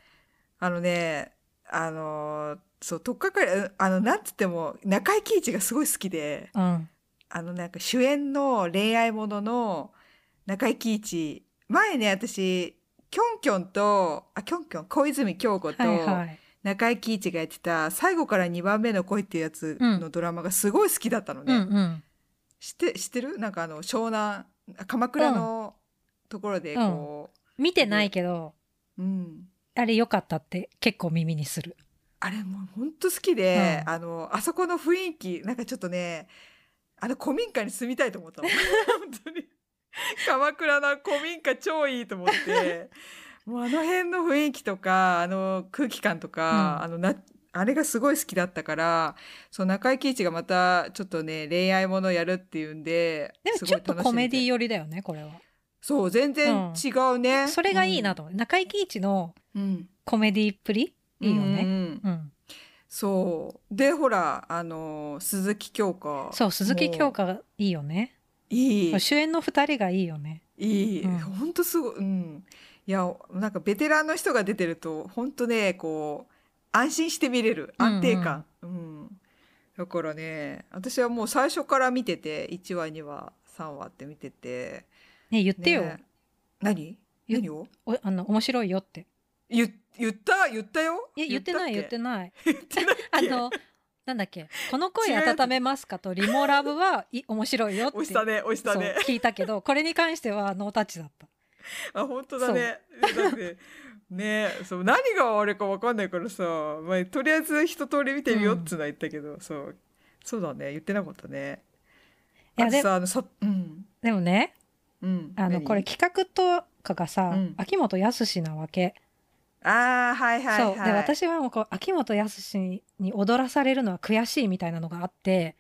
Speaker 1: あのね、あのー、そう、とっかかり、うんあの、なんつっても、中井貴一がすごい好きで、
Speaker 2: うん
Speaker 1: あの、なんか主演の恋愛ものの中井貴一。前ね、私、キョンキョンと、あ、キョンキョン、小泉京子と、
Speaker 2: はいはい。
Speaker 1: 中井貴一がやってた、最後から2番目の恋っていうやつ
Speaker 2: う
Speaker 1: のドラマがすごい好きだったの
Speaker 2: うん
Speaker 1: ね。
Speaker 2: うん。
Speaker 1: 知って、知ってるなんかあの、湘南、あ鎌倉のところで、こう、
Speaker 2: 見てないけど、
Speaker 1: うん。
Speaker 2: あれ良かったって結構耳にする。
Speaker 1: あれもうほんと好きで、
Speaker 2: うん
Speaker 1: あの、あそこの雰囲気、なんかちょっとね、あの古民家に住みたいと思 ったもん。本当に。鎌倉の古民家超いいと思って、もうあの辺の雰囲気とか、あの空気感とか、
Speaker 2: うん
Speaker 1: あのな、あれがすごい好きだったから、そう、中井貴一がまたちょっとね、恋愛ものやるっていうんで、
Speaker 2: でも
Speaker 1: す
Speaker 2: ち
Speaker 1: ご
Speaker 2: ょ
Speaker 1: い
Speaker 2: っと
Speaker 1: 楽
Speaker 2: コ
Speaker 1: しみ
Speaker 2: メ
Speaker 1: で
Speaker 2: ディ寄りだよね、これは。
Speaker 1: そう、全然違うね。
Speaker 2: それがいいなと思う。中井貴一の
Speaker 1: うん。うん。
Speaker 2: コメディっぷりいいよ
Speaker 1: うん
Speaker 2: ね。
Speaker 1: うんうん
Speaker 2: うん。
Speaker 1: そう。で、ほら、あの、鈴木京香。
Speaker 2: そう、鈴木京香がいいよね。
Speaker 1: いい
Speaker 2: 主演の2人がいいよね
Speaker 1: いい、
Speaker 2: うん
Speaker 1: ほんとすごい、うん、いやなんかベテランの人が出てるとほんとねこう安心して見れる
Speaker 2: うんうん
Speaker 1: 安定感、うんだからね私はもう最初から見てて1話2話3話って見てて、
Speaker 2: ね言っ
Speaker 1: ね
Speaker 2: てよ、
Speaker 1: 何
Speaker 2: 言っ
Speaker 1: 何を
Speaker 2: おあの面白いよって
Speaker 1: 言言った言ったよ
Speaker 2: いや言ってない言って
Speaker 1: ない
Speaker 2: ない
Speaker 1: 言ってないっ
Speaker 2: あ
Speaker 1: け
Speaker 2: のなんだっけ「この
Speaker 1: 違
Speaker 2: 声
Speaker 1: うやつ
Speaker 2: 温めますか?」と「リモラブはい面白いよ」って
Speaker 1: 押したね押したね
Speaker 2: そう聞いたけどこれに関してはノータッチだった
Speaker 1: あ本当だね。だってねそう何があれかわかんないからさ、まあ、とりあえず一通り見てみようっつうのは言ったけど、そうそうだね言ってなかったね。
Speaker 2: い
Speaker 1: あ
Speaker 2: や
Speaker 1: と
Speaker 2: で
Speaker 1: さあのさうん
Speaker 2: でもね
Speaker 1: うん
Speaker 2: あの
Speaker 1: 何
Speaker 2: これ企画とかがさ、
Speaker 1: うん
Speaker 2: 秋元康なわけ、
Speaker 1: あーはいはいはい。
Speaker 2: そうで私はもうこう秋元康に踊らされるのは悔しいみたいなのがあって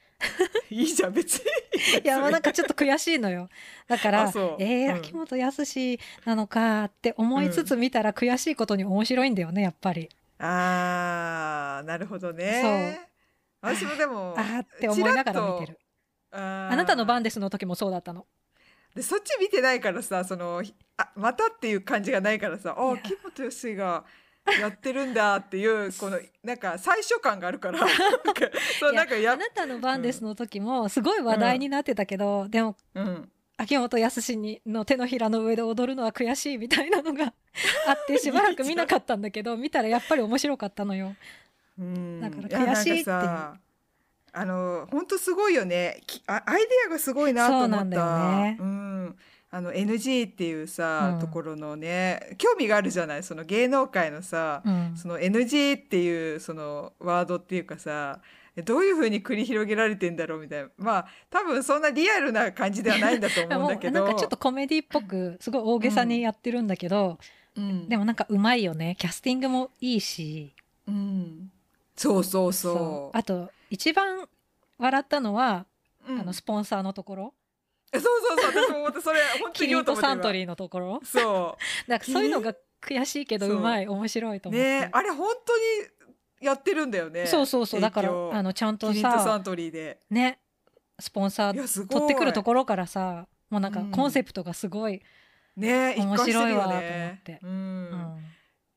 Speaker 1: いいじゃん別に。
Speaker 2: いやもうなんか
Speaker 1: ょ
Speaker 2: ちょっと悔しい のよだか
Speaker 1: あ
Speaker 2: ら
Speaker 1: そう
Speaker 2: えー
Speaker 1: うん
Speaker 2: 秋元康なのかって思いつつ見たら悔しいことに面白いんだよねやっぱり。
Speaker 1: あーなるほどね。私もでも
Speaker 2: あーって思いながら見てる。
Speaker 1: あー
Speaker 2: あなたの番ですの時もそうだったの。
Speaker 1: でそっち見てないからさそのひあまたっていう感じがないからさあ
Speaker 2: いや
Speaker 1: 木本よしがやってるんだっていうこのなんか最初感がある からなんかそう
Speaker 2: いや
Speaker 1: なんか
Speaker 2: あ
Speaker 1: や
Speaker 2: なたの番ですの時もすごい話題になってたけど、でも
Speaker 1: うん
Speaker 2: 秋元康にの手のひらの上で踊るのは悔しいみたいなのが あってしばらく見なかったんだけど見たらやっぱり面白かったのよ。
Speaker 1: うん
Speaker 2: だから
Speaker 1: や
Speaker 2: 悔しいっていう
Speaker 1: なんかさあの本当すごいよねきあアイデアがすごいなと思
Speaker 2: そう
Speaker 1: った
Speaker 2: なんだよね
Speaker 1: うんあの NG っていうさ、
Speaker 2: うん
Speaker 1: ところのね興味があるじゃないその芸能界のさ、
Speaker 2: うん
Speaker 1: その NG っていうそのワードっていうかさどういう風に繰り広げられてんだろうみたいなまあ多分そんなリアルな感じではないんだと思うんだけ
Speaker 2: も
Speaker 1: ど
Speaker 2: うなんかちょっとコメディっぽくすごい大げさにやってるんだけど、
Speaker 1: うん
Speaker 2: でもなんかうまいよねキャスティングもいいし
Speaker 1: うんそうそうそう
Speaker 2: そうあと一番笑ったのは、
Speaker 1: うん
Speaker 2: あのスポンサーのところ
Speaker 1: そうそうそう私もまたそれ本当
Speaker 2: キ
Speaker 1: に
Speaker 2: リ
Speaker 1: 言お
Speaker 2: ン
Speaker 1: うと思っ
Speaker 2: と
Speaker 1: て
Speaker 2: サ
Speaker 1: 今
Speaker 2: ントリーのところ
Speaker 1: そ
Speaker 2: なんかそういうのが悔しいけど
Speaker 1: そう
Speaker 2: うまい面白いと
Speaker 1: う
Speaker 2: 思って、
Speaker 1: ねあれ本当にやってるんだよね
Speaker 2: そうそうそうだから
Speaker 1: 影響
Speaker 2: あのちゃんと
Speaker 1: キリンとサ
Speaker 2: さ
Speaker 1: ントリーで
Speaker 2: ねスポンサ
Speaker 1: い
Speaker 2: ー
Speaker 1: やすごい
Speaker 2: 取ってくるところからさもうなんか
Speaker 1: うん
Speaker 2: コンセプトがすごい、
Speaker 1: ね一貫してるよね
Speaker 2: 面白いわと思って
Speaker 1: う
Speaker 2: うんん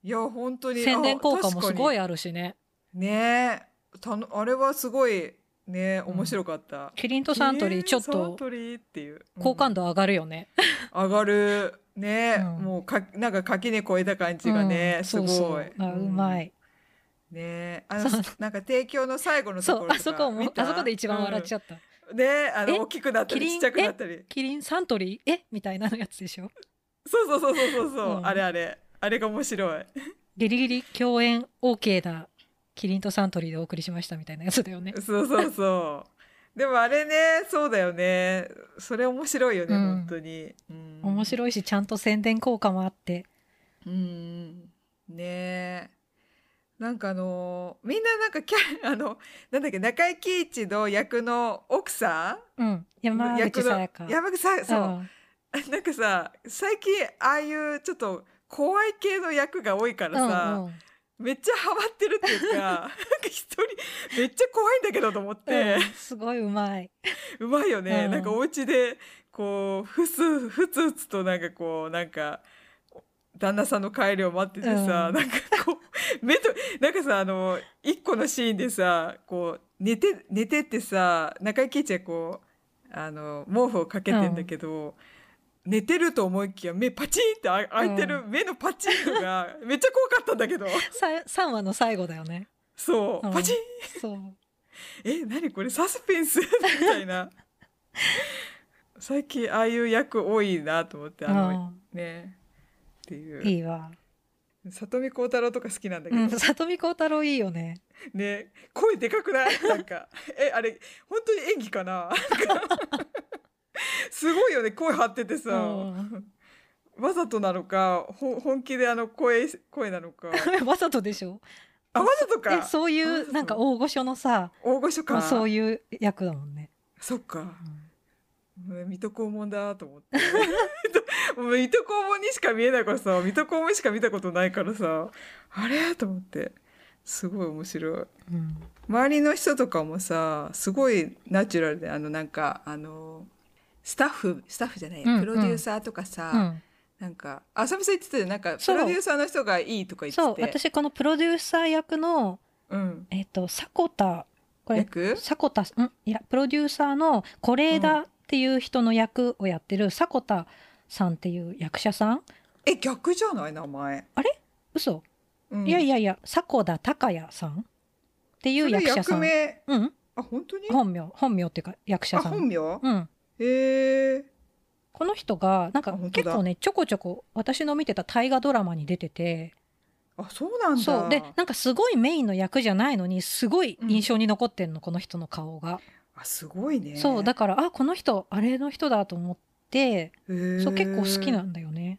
Speaker 1: いや本当に
Speaker 2: 宣伝効果もすご
Speaker 1: い
Speaker 2: いあるしね
Speaker 1: ねえたのあれはすごいね
Speaker 2: うん
Speaker 1: 面白かった、
Speaker 2: キリンとサントリーちょっ
Speaker 1: サン
Speaker 2: と
Speaker 1: トリーっていう、うん
Speaker 2: 好感度上がるよね、
Speaker 1: 上がるね、
Speaker 2: うん
Speaker 1: もうかなんか垣根越えた感じがね、
Speaker 2: うん
Speaker 1: すごい
Speaker 2: そうそうあうまい、
Speaker 1: うんねあの
Speaker 2: そう
Speaker 1: なんか提供の最後のと
Speaker 2: そ
Speaker 1: こ
Speaker 2: う
Speaker 1: ろ
Speaker 2: あ
Speaker 1: とか
Speaker 2: そこも
Speaker 1: 見た
Speaker 2: あそこで一番笑っち
Speaker 1: ゃ
Speaker 2: ゃった、
Speaker 1: う、ん、ねあ
Speaker 2: え
Speaker 1: の大きくなった
Speaker 2: キ
Speaker 1: り
Speaker 2: リ
Speaker 1: ち
Speaker 2: ン
Speaker 1: っちゃくなったり
Speaker 2: キリンサントリーえみたいなやつでしょ
Speaker 1: そうそうそうそうそうそう、
Speaker 2: うん
Speaker 1: あれあれあれが面白い
Speaker 2: ギリギリ共演 OK だキリンとサントリーでお送りしましたみたいなやつだよね
Speaker 1: そうそうそうでもあれねそうだよねそれ面白いよね、
Speaker 2: うん
Speaker 1: 本当に、うん
Speaker 2: 面白いしちゃんと宣伝効果もあって
Speaker 1: うんねえなんかあのーみんななんかキャ あのなんだっけ中井貴一の役の奥さ
Speaker 2: うん
Speaker 1: ん
Speaker 2: 山
Speaker 1: 役
Speaker 2: 口
Speaker 1: の
Speaker 2: さやか
Speaker 1: 山口さやそう、
Speaker 2: ん
Speaker 1: なんかさ最近ああいうちょっと怖い系の役が多いからさ、
Speaker 2: うんうん
Speaker 1: めっちゃハマってるっていうか なんか一人めっちゃ怖いんだけどと思って
Speaker 2: うん、すごいうまい、
Speaker 1: うまいよね、
Speaker 2: うん
Speaker 1: なんかお家でこうふつふつふつとなんかこうなんか旦那さんの帰りを待っててさ、
Speaker 2: うん
Speaker 1: なんかこう 目となんかさあの一個のシーンでさこう寝て寝てってさ中井貴一はこうあの毛布をかけてんだけど、寝てると思いきや目パチンってあ開いてる、目のパチンがめっちゃ怖かったんだけど
Speaker 2: さ3話の最後だよね
Speaker 1: そう、
Speaker 2: うん
Speaker 1: パチン
Speaker 2: そう
Speaker 1: え何これサスペンス みたいな最近ああいう役多いなと思ってあの、ねって
Speaker 2: う
Speaker 1: い
Speaker 2: ん、
Speaker 1: う
Speaker 2: いいわ、
Speaker 1: 里見孝太郎とか好きなんだけ
Speaker 2: う
Speaker 1: ど、
Speaker 2: ん、里見孝太郎いいよね
Speaker 1: ね声でかくないなんかえあれ本当に演技かなすごいよね声張っててさ、
Speaker 2: うん
Speaker 1: わざとなのかほ本気であの声声なの か
Speaker 2: わざとでしょ
Speaker 1: あわざと
Speaker 2: え
Speaker 1: か
Speaker 2: そういうなんか大御所のさ、
Speaker 1: 大御所か、
Speaker 2: まあ、そう
Speaker 1: う
Speaker 2: いう役だもんね、
Speaker 1: そっか
Speaker 2: うん
Speaker 1: うん水戸黄門だと思って もう水戸黄門にしか見えないからさ水戸黄門しか見たことないからさあれと思ってすごい面白い
Speaker 2: うん
Speaker 1: 周りの人とかもさすごいナチュラルであのなんかあのスタッフスタッフじゃないや、
Speaker 2: うん
Speaker 1: プロデューサーとかさ、
Speaker 2: うん、
Speaker 1: なんか浅見さん言ってたよなんかプ
Speaker 2: そう
Speaker 1: ロデューサーの人がいいとか言ってて
Speaker 2: そう私このプロデューサー役の
Speaker 1: うん、
Speaker 2: えっ、と迫田これ
Speaker 1: 役
Speaker 2: 迫田んいやプロデューサーの是枝っていう人の役をやってる迫田さんっていう役者さん
Speaker 1: え逆じゃない名前、
Speaker 2: 嘘
Speaker 1: うん
Speaker 2: いやいやいや迫田孝也さんっていう
Speaker 1: それ
Speaker 2: 役者
Speaker 1: 役
Speaker 2: さん
Speaker 1: 名
Speaker 2: うん
Speaker 1: あ本当に
Speaker 2: 本名本名っていうか役者
Speaker 1: あ
Speaker 2: さ
Speaker 1: 本
Speaker 2: ん
Speaker 1: 名、
Speaker 2: うん
Speaker 1: へえ
Speaker 2: この人がなんか
Speaker 1: あ本当だ
Speaker 2: 結構ねちょこちょこ私の見てた大河ドラマに出てて
Speaker 1: あそうなんだ
Speaker 2: そうでなんかすごいメインの役じゃないのにすごい印象に残ってんの、この人の顔が、
Speaker 1: あすごいね
Speaker 2: そうだからあこの人あれの人だと思って
Speaker 1: そ
Speaker 2: そう結構好きなんだよね、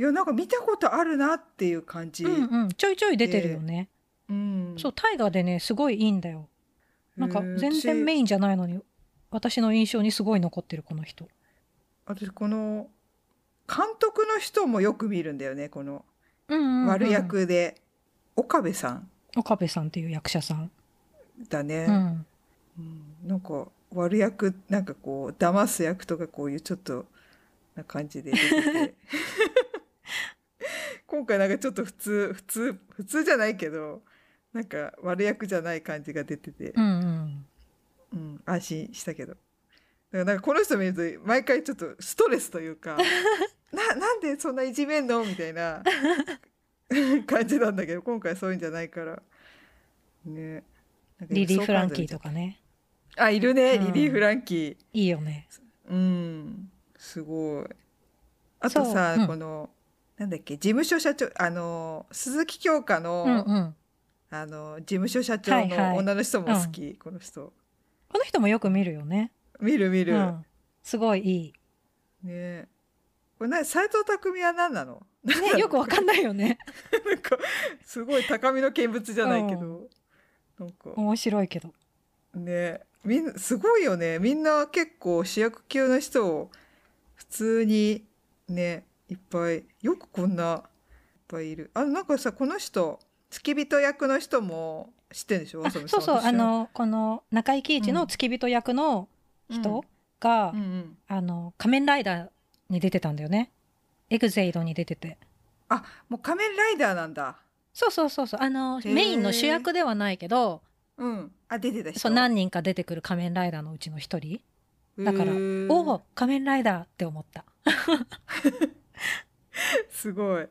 Speaker 1: いやなんか見たことあるなっていう感じ、
Speaker 2: うんうんちょいちょい出てるよね、
Speaker 1: うん
Speaker 2: そう大河でねすごいいいんだよなんか全然メ
Speaker 1: イン
Speaker 2: インじゃないのに私の印象にすごい残ってるこの人
Speaker 1: 私この監督の人もよく見るんだよねこの
Speaker 2: うんうんうん
Speaker 1: 悪役で、岡部さん
Speaker 2: 岡部さんっていう役者さん、
Speaker 1: だね、
Speaker 2: うん、
Speaker 1: うんなんか悪役なんかこう騙す役とかこういうちょっとな感じで出て て今回なんかちょっと普通普通普通じゃないけどなんか悪役じゃない感じが出てて
Speaker 2: う、んうん
Speaker 1: うん、安心したけどだからなんかこの人見ると毎回ちょっとストレスという かななんでそんないじめんのみたいな感じなんだけど今回そういうんじゃないからねなんか
Speaker 2: リリー・フランキー
Speaker 1: そう
Speaker 2: と
Speaker 1: 感
Speaker 2: かね
Speaker 1: じあいるね、
Speaker 2: うん
Speaker 1: リリー・フランキー。
Speaker 2: いいよね
Speaker 1: うん、すごい。あとさ、
Speaker 2: そううん
Speaker 1: この、なんだっけ、事務所社長、あの、鈴木京香の、
Speaker 2: うんうん
Speaker 1: あの、事務所社
Speaker 2: は
Speaker 1: 長
Speaker 2: いはい
Speaker 1: の女の人も好き、この人。
Speaker 2: この人もよく見るよね、
Speaker 1: 見る見
Speaker 2: う
Speaker 1: る。
Speaker 2: ん、すごいい
Speaker 1: ねこれな、斎藤匠は何なの
Speaker 2: いねよくわかんないよね
Speaker 1: なんか、すごい高みの見物じゃないけど、なんか、
Speaker 2: 面白いけど
Speaker 1: ねみんな、すごいよね。みんな結構主役級の人を、普通に、ね、いっぱい、よくこんな、いっぱいいる。あ、なんかさ、この人、付き人役の人も知ってんでしょ
Speaker 2: あ
Speaker 1: 浅見さ
Speaker 2: そ
Speaker 1: ん
Speaker 2: うそう
Speaker 1: 私は
Speaker 2: あのこの中井貴一の付き人役の人が、
Speaker 1: うんうんうん
Speaker 2: あの仮面ライダーに出てたんだよねエグゼイドに出てて
Speaker 1: あ、もう仮面ライダーなんだ。
Speaker 2: そうそうそうそうあの
Speaker 1: へー
Speaker 2: メインの主役ではないけど
Speaker 1: うん。あ、出てた人。
Speaker 2: そう何人か出てくる仮面ライダーのうちの一人だから
Speaker 1: へー
Speaker 2: おお仮面ライダーって思った
Speaker 1: すごい。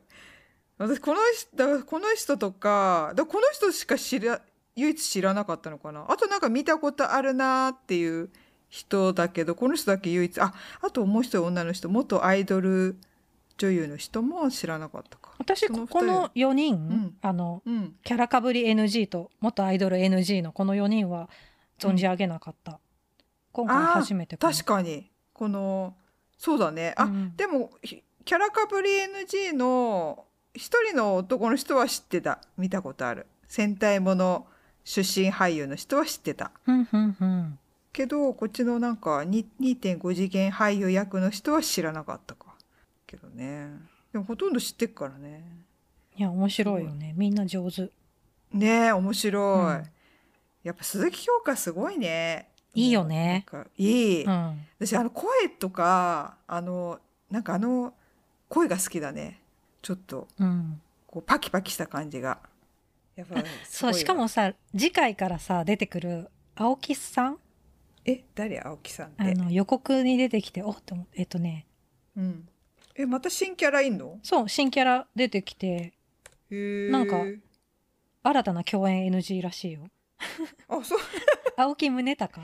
Speaker 1: 私この人だからこの人とかだからこの人しか知ら唯一知らなかったのかなあとなんか見たことあるなーっていう人だけどこの人だけ唯一ああともう一人女の人元アイドル女優の人も知らなかったか
Speaker 2: 私
Speaker 1: その
Speaker 2: こ
Speaker 1: 二人
Speaker 2: この4人、
Speaker 1: ん
Speaker 2: あの
Speaker 1: うん
Speaker 2: キャラかぶり NG と元アイドル NG のこの4人は存じ上げなかった、今回初めてかな
Speaker 1: 確かにこのそうだねあ、
Speaker 2: うん
Speaker 1: でもひキャラかぶり NG の一人の男の人は知ってた見たことある戦隊もの出身俳優の人は知ってた
Speaker 2: うんうんうん
Speaker 1: けどこっちのなんかに2.5次元俳優役の人は知らなかったかけどねでもほとんど知ってっからね
Speaker 2: いや面白いよねみんな上手
Speaker 1: ねえ面白い、
Speaker 2: うん
Speaker 1: やっぱ鈴木京香すごいね
Speaker 2: いいよね
Speaker 1: なんかいい、
Speaker 2: うん
Speaker 1: 私あの声とかあのなんかあの声が好きだねちょっと
Speaker 2: うん
Speaker 1: こうパキパキした感じがやっぱす
Speaker 2: そ
Speaker 1: ご
Speaker 2: う
Speaker 1: いわ
Speaker 2: しかもさ次回からさ出てくる青木さん
Speaker 1: え誰青木さんっ
Speaker 2: あ
Speaker 1: て
Speaker 2: の予告に出てきておっと思ってえっとね
Speaker 1: うんえまた新キャラいんの
Speaker 2: そう新キャラ出てきて
Speaker 1: へえ
Speaker 2: なんか新たな共演 NG らしいよ
Speaker 1: あそう
Speaker 2: 青木宗隆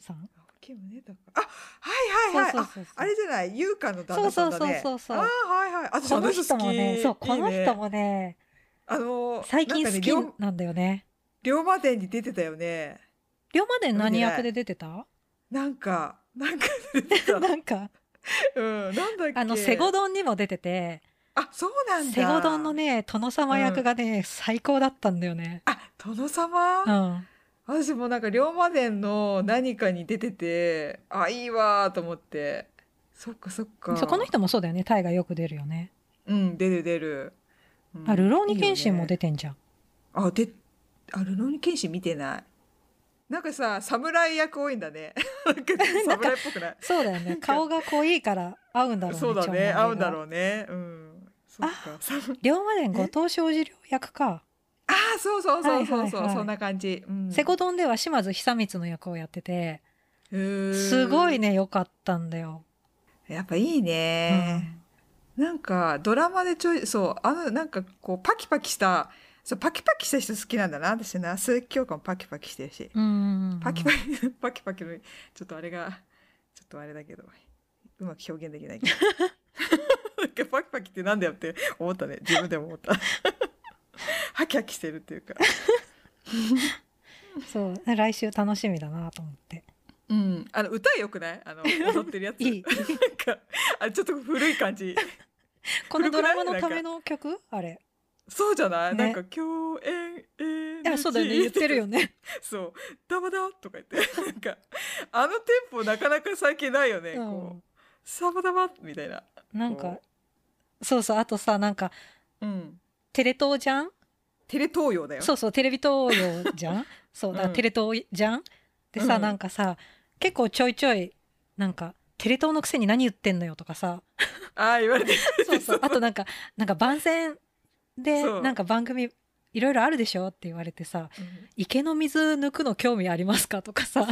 Speaker 2: さん
Speaker 1: 青木宗隆あはいはいはい
Speaker 2: そうそうそうそう
Speaker 1: ああれじゃない優香の旦那さんだね
Speaker 2: そうそうそうそうそう
Speaker 1: あーはいはいあ
Speaker 2: この人もねそうこの人
Speaker 1: も
Speaker 2: もね
Speaker 1: あのー
Speaker 2: 最近
Speaker 1: なんかね
Speaker 2: 好き
Speaker 1: 龍
Speaker 2: なんだよね
Speaker 1: 龍馬伝に出てたよね
Speaker 2: 龍馬伝何役で出てた
Speaker 1: なんかなんか出てた
Speaker 2: なんか
Speaker 1: うんなんだっけ
Speaker 2: あのセゴドンにも出てて
Speaker 1: あそうなんだ
Speaker 2: セゴドンのね殿様役がね、最高だったんだよね
Speaker 1: あ殿様、
Speaker 2: うん
Speaker 1: 私もなんか龍馬伝の何かに出ててあいいわーと思ってそっかそっか
Speaker 2: そうこの人もそうだよねタイがよく出るよね
Speaker 1: うん出る出る、うん
Speaker 2: あルローニケンシンも
Speaker 1: いいよね
Speaker 2: 出てんじゃん
Speaker 1: あ、で、あ、ルノーニケンシン見てない。なんかさ、侍役多いんだね。 なんか侍っぽくない。
Speaker 2: そうだよね 顔が濃いから合うんだろうね
Speaker 1: そうだ
Speaker 2: ちょんま
Speaker 1: ね、
Speaker 2: げが
Speaker 1: 合うんだろうね。うん。そっか。さ
Speaker 2: 龍馬伝後藤庄司良役か
Speaker 1: あ あ、そうそうそうそうそう、
Speaker 2: はいはいはい
Speaker 1: そんな感じ。うん、
Speaker 2: セコドンでは島津久光の役をやってて
Speaker 1: へー
Speaker 2: すごい。ね良かったんだよ、
Speaker 1: やっぱいいね。なんかドラマでちょい、そう、あの、なんかこう、パキパキした、そう、パキパキした人好きなんだな、私な。鈴木京香もパキパキしてるし。
Speaker 2: うんうんうん
Speaker 1: パキパキ、 パキパキの、ちょっとあれが、ちょっとあれだけど、うまく表現できないけど。なんかパキパキってなんだよって思ったね。自分でも思った。 ハキハキしてるっていうか。
Speaker 2: そう来週楽しみだなと思って
Speaker 1: うん。あの、歌よくないあの、踊ってるやつ。
Speaker 2: いい
Speaker 1: なんか、あ、ちょっと古い感じ。
Speaker 2: このドラマのための曲あれ
Speaker 1: そうじゃない、
Speaker 2: ね
Speaker 1: なんか、共演、えー、
Speaker 2: いやそうだよね言ってるよ。 ね
Speaker 1: そう。ダバダとか言って、なんか、あのテンポなかなか最近ないよね。こう、サバダバみたいな。
Speaker 2: うんなん
Speaker 1: こ
Speaker 2: かそうそうあとさなんか
Speaker 1: うん。
Speaker 2: テレ東じゃん
Speaker 1: テレ東洋だよ。
Speaker 2: そうそうテレビ東洋じ ゃんそうだから
Speaker 1: うん
Speaker 2: テレ東じゃんでさ、
Speaker 1: うん
Speaker 2: なんかさ結構ちょいちょいなんかテレ東のくせに何言ってんのよと かさ
Speaker 1: ああ、言われてる。
Speaker 2: そうそうあとなんかなんか番宣で
Speaker 1: そう
Speaker 2: なんか番組いろいろあるでしょって言われてさ
Speaker 1: うん
Speaker 2: 「池の水抜くの興味ありますか?」と かさ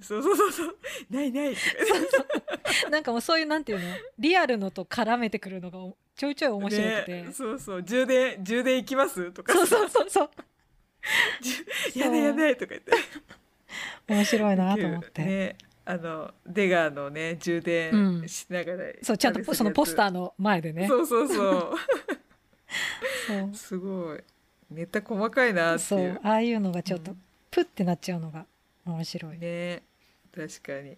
Speaker 1: そうそうそうそう。ないないとか言って。
Speaker 2: なんかもうそういうなんていうのリアルのと絡めてくるのがちょいちょい面白くて、
Speaker 1: ねそうそう。充電、充電いきますとか。
Speaker 2: そうそうそうそう
Speaker 1: やだやだとか言って。
Speaker 2: 面白いなと思って、
Speaker 1: ね。あの、出川のね、充
Speaker 2: う
Speaker 1: 電
Speaker 2: ん
Speaker 1: しながら、
Speaker 2: そうちゃんとポそのポスターの前で
Speaker 1: ー
Speaker 2: ね
Speaker 1: そうそうそう。
Speaker 2: そう
Speaker 1: すごい。ネタ細かいなって
Speaker 2: そ
Speaker 1: いうう。
Speaker 2: ああいうのがちょっと
Speaker 1: うん
Speaker 2: プッてなっちゃうのが面白い、
Speaker 1: ね。確かに。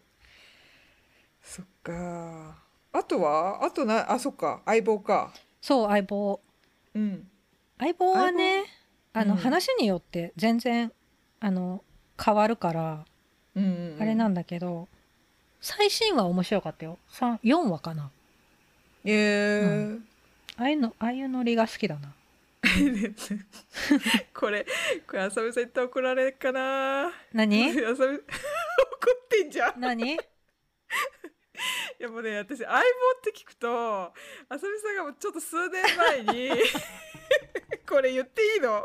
Speaker 1: そっか。あとはあとな、あ、そっか。相棒か。
Speaker 2: そう相棒
Speaker 1: うん。
Speaker 2: 相棒はね
Speaker 1: 相棒
Speaker 2: あ
Speaker 1: う
Speaker 2: の、
Speaker 1: ん
Speaker 2: 話によって全然あの変わるから
Speaker 1: うんうんうん
Speaker 2: あれなんだけど、最新話面白かったよ三4話かな
Speaker 1: へえ
Speaker 2: うああいうのああいうノリが好きだな
Speaker 1: これこれ浅見さん言ったら怒られるかな浅見
Speaker 2: 何
Speaker 1: 怒ってんじゃん
Speaker 2: 何
Speaker 1: いやもうね私相棒って聞くと浅見さんがもうちょっと数年前にこれ言っていいの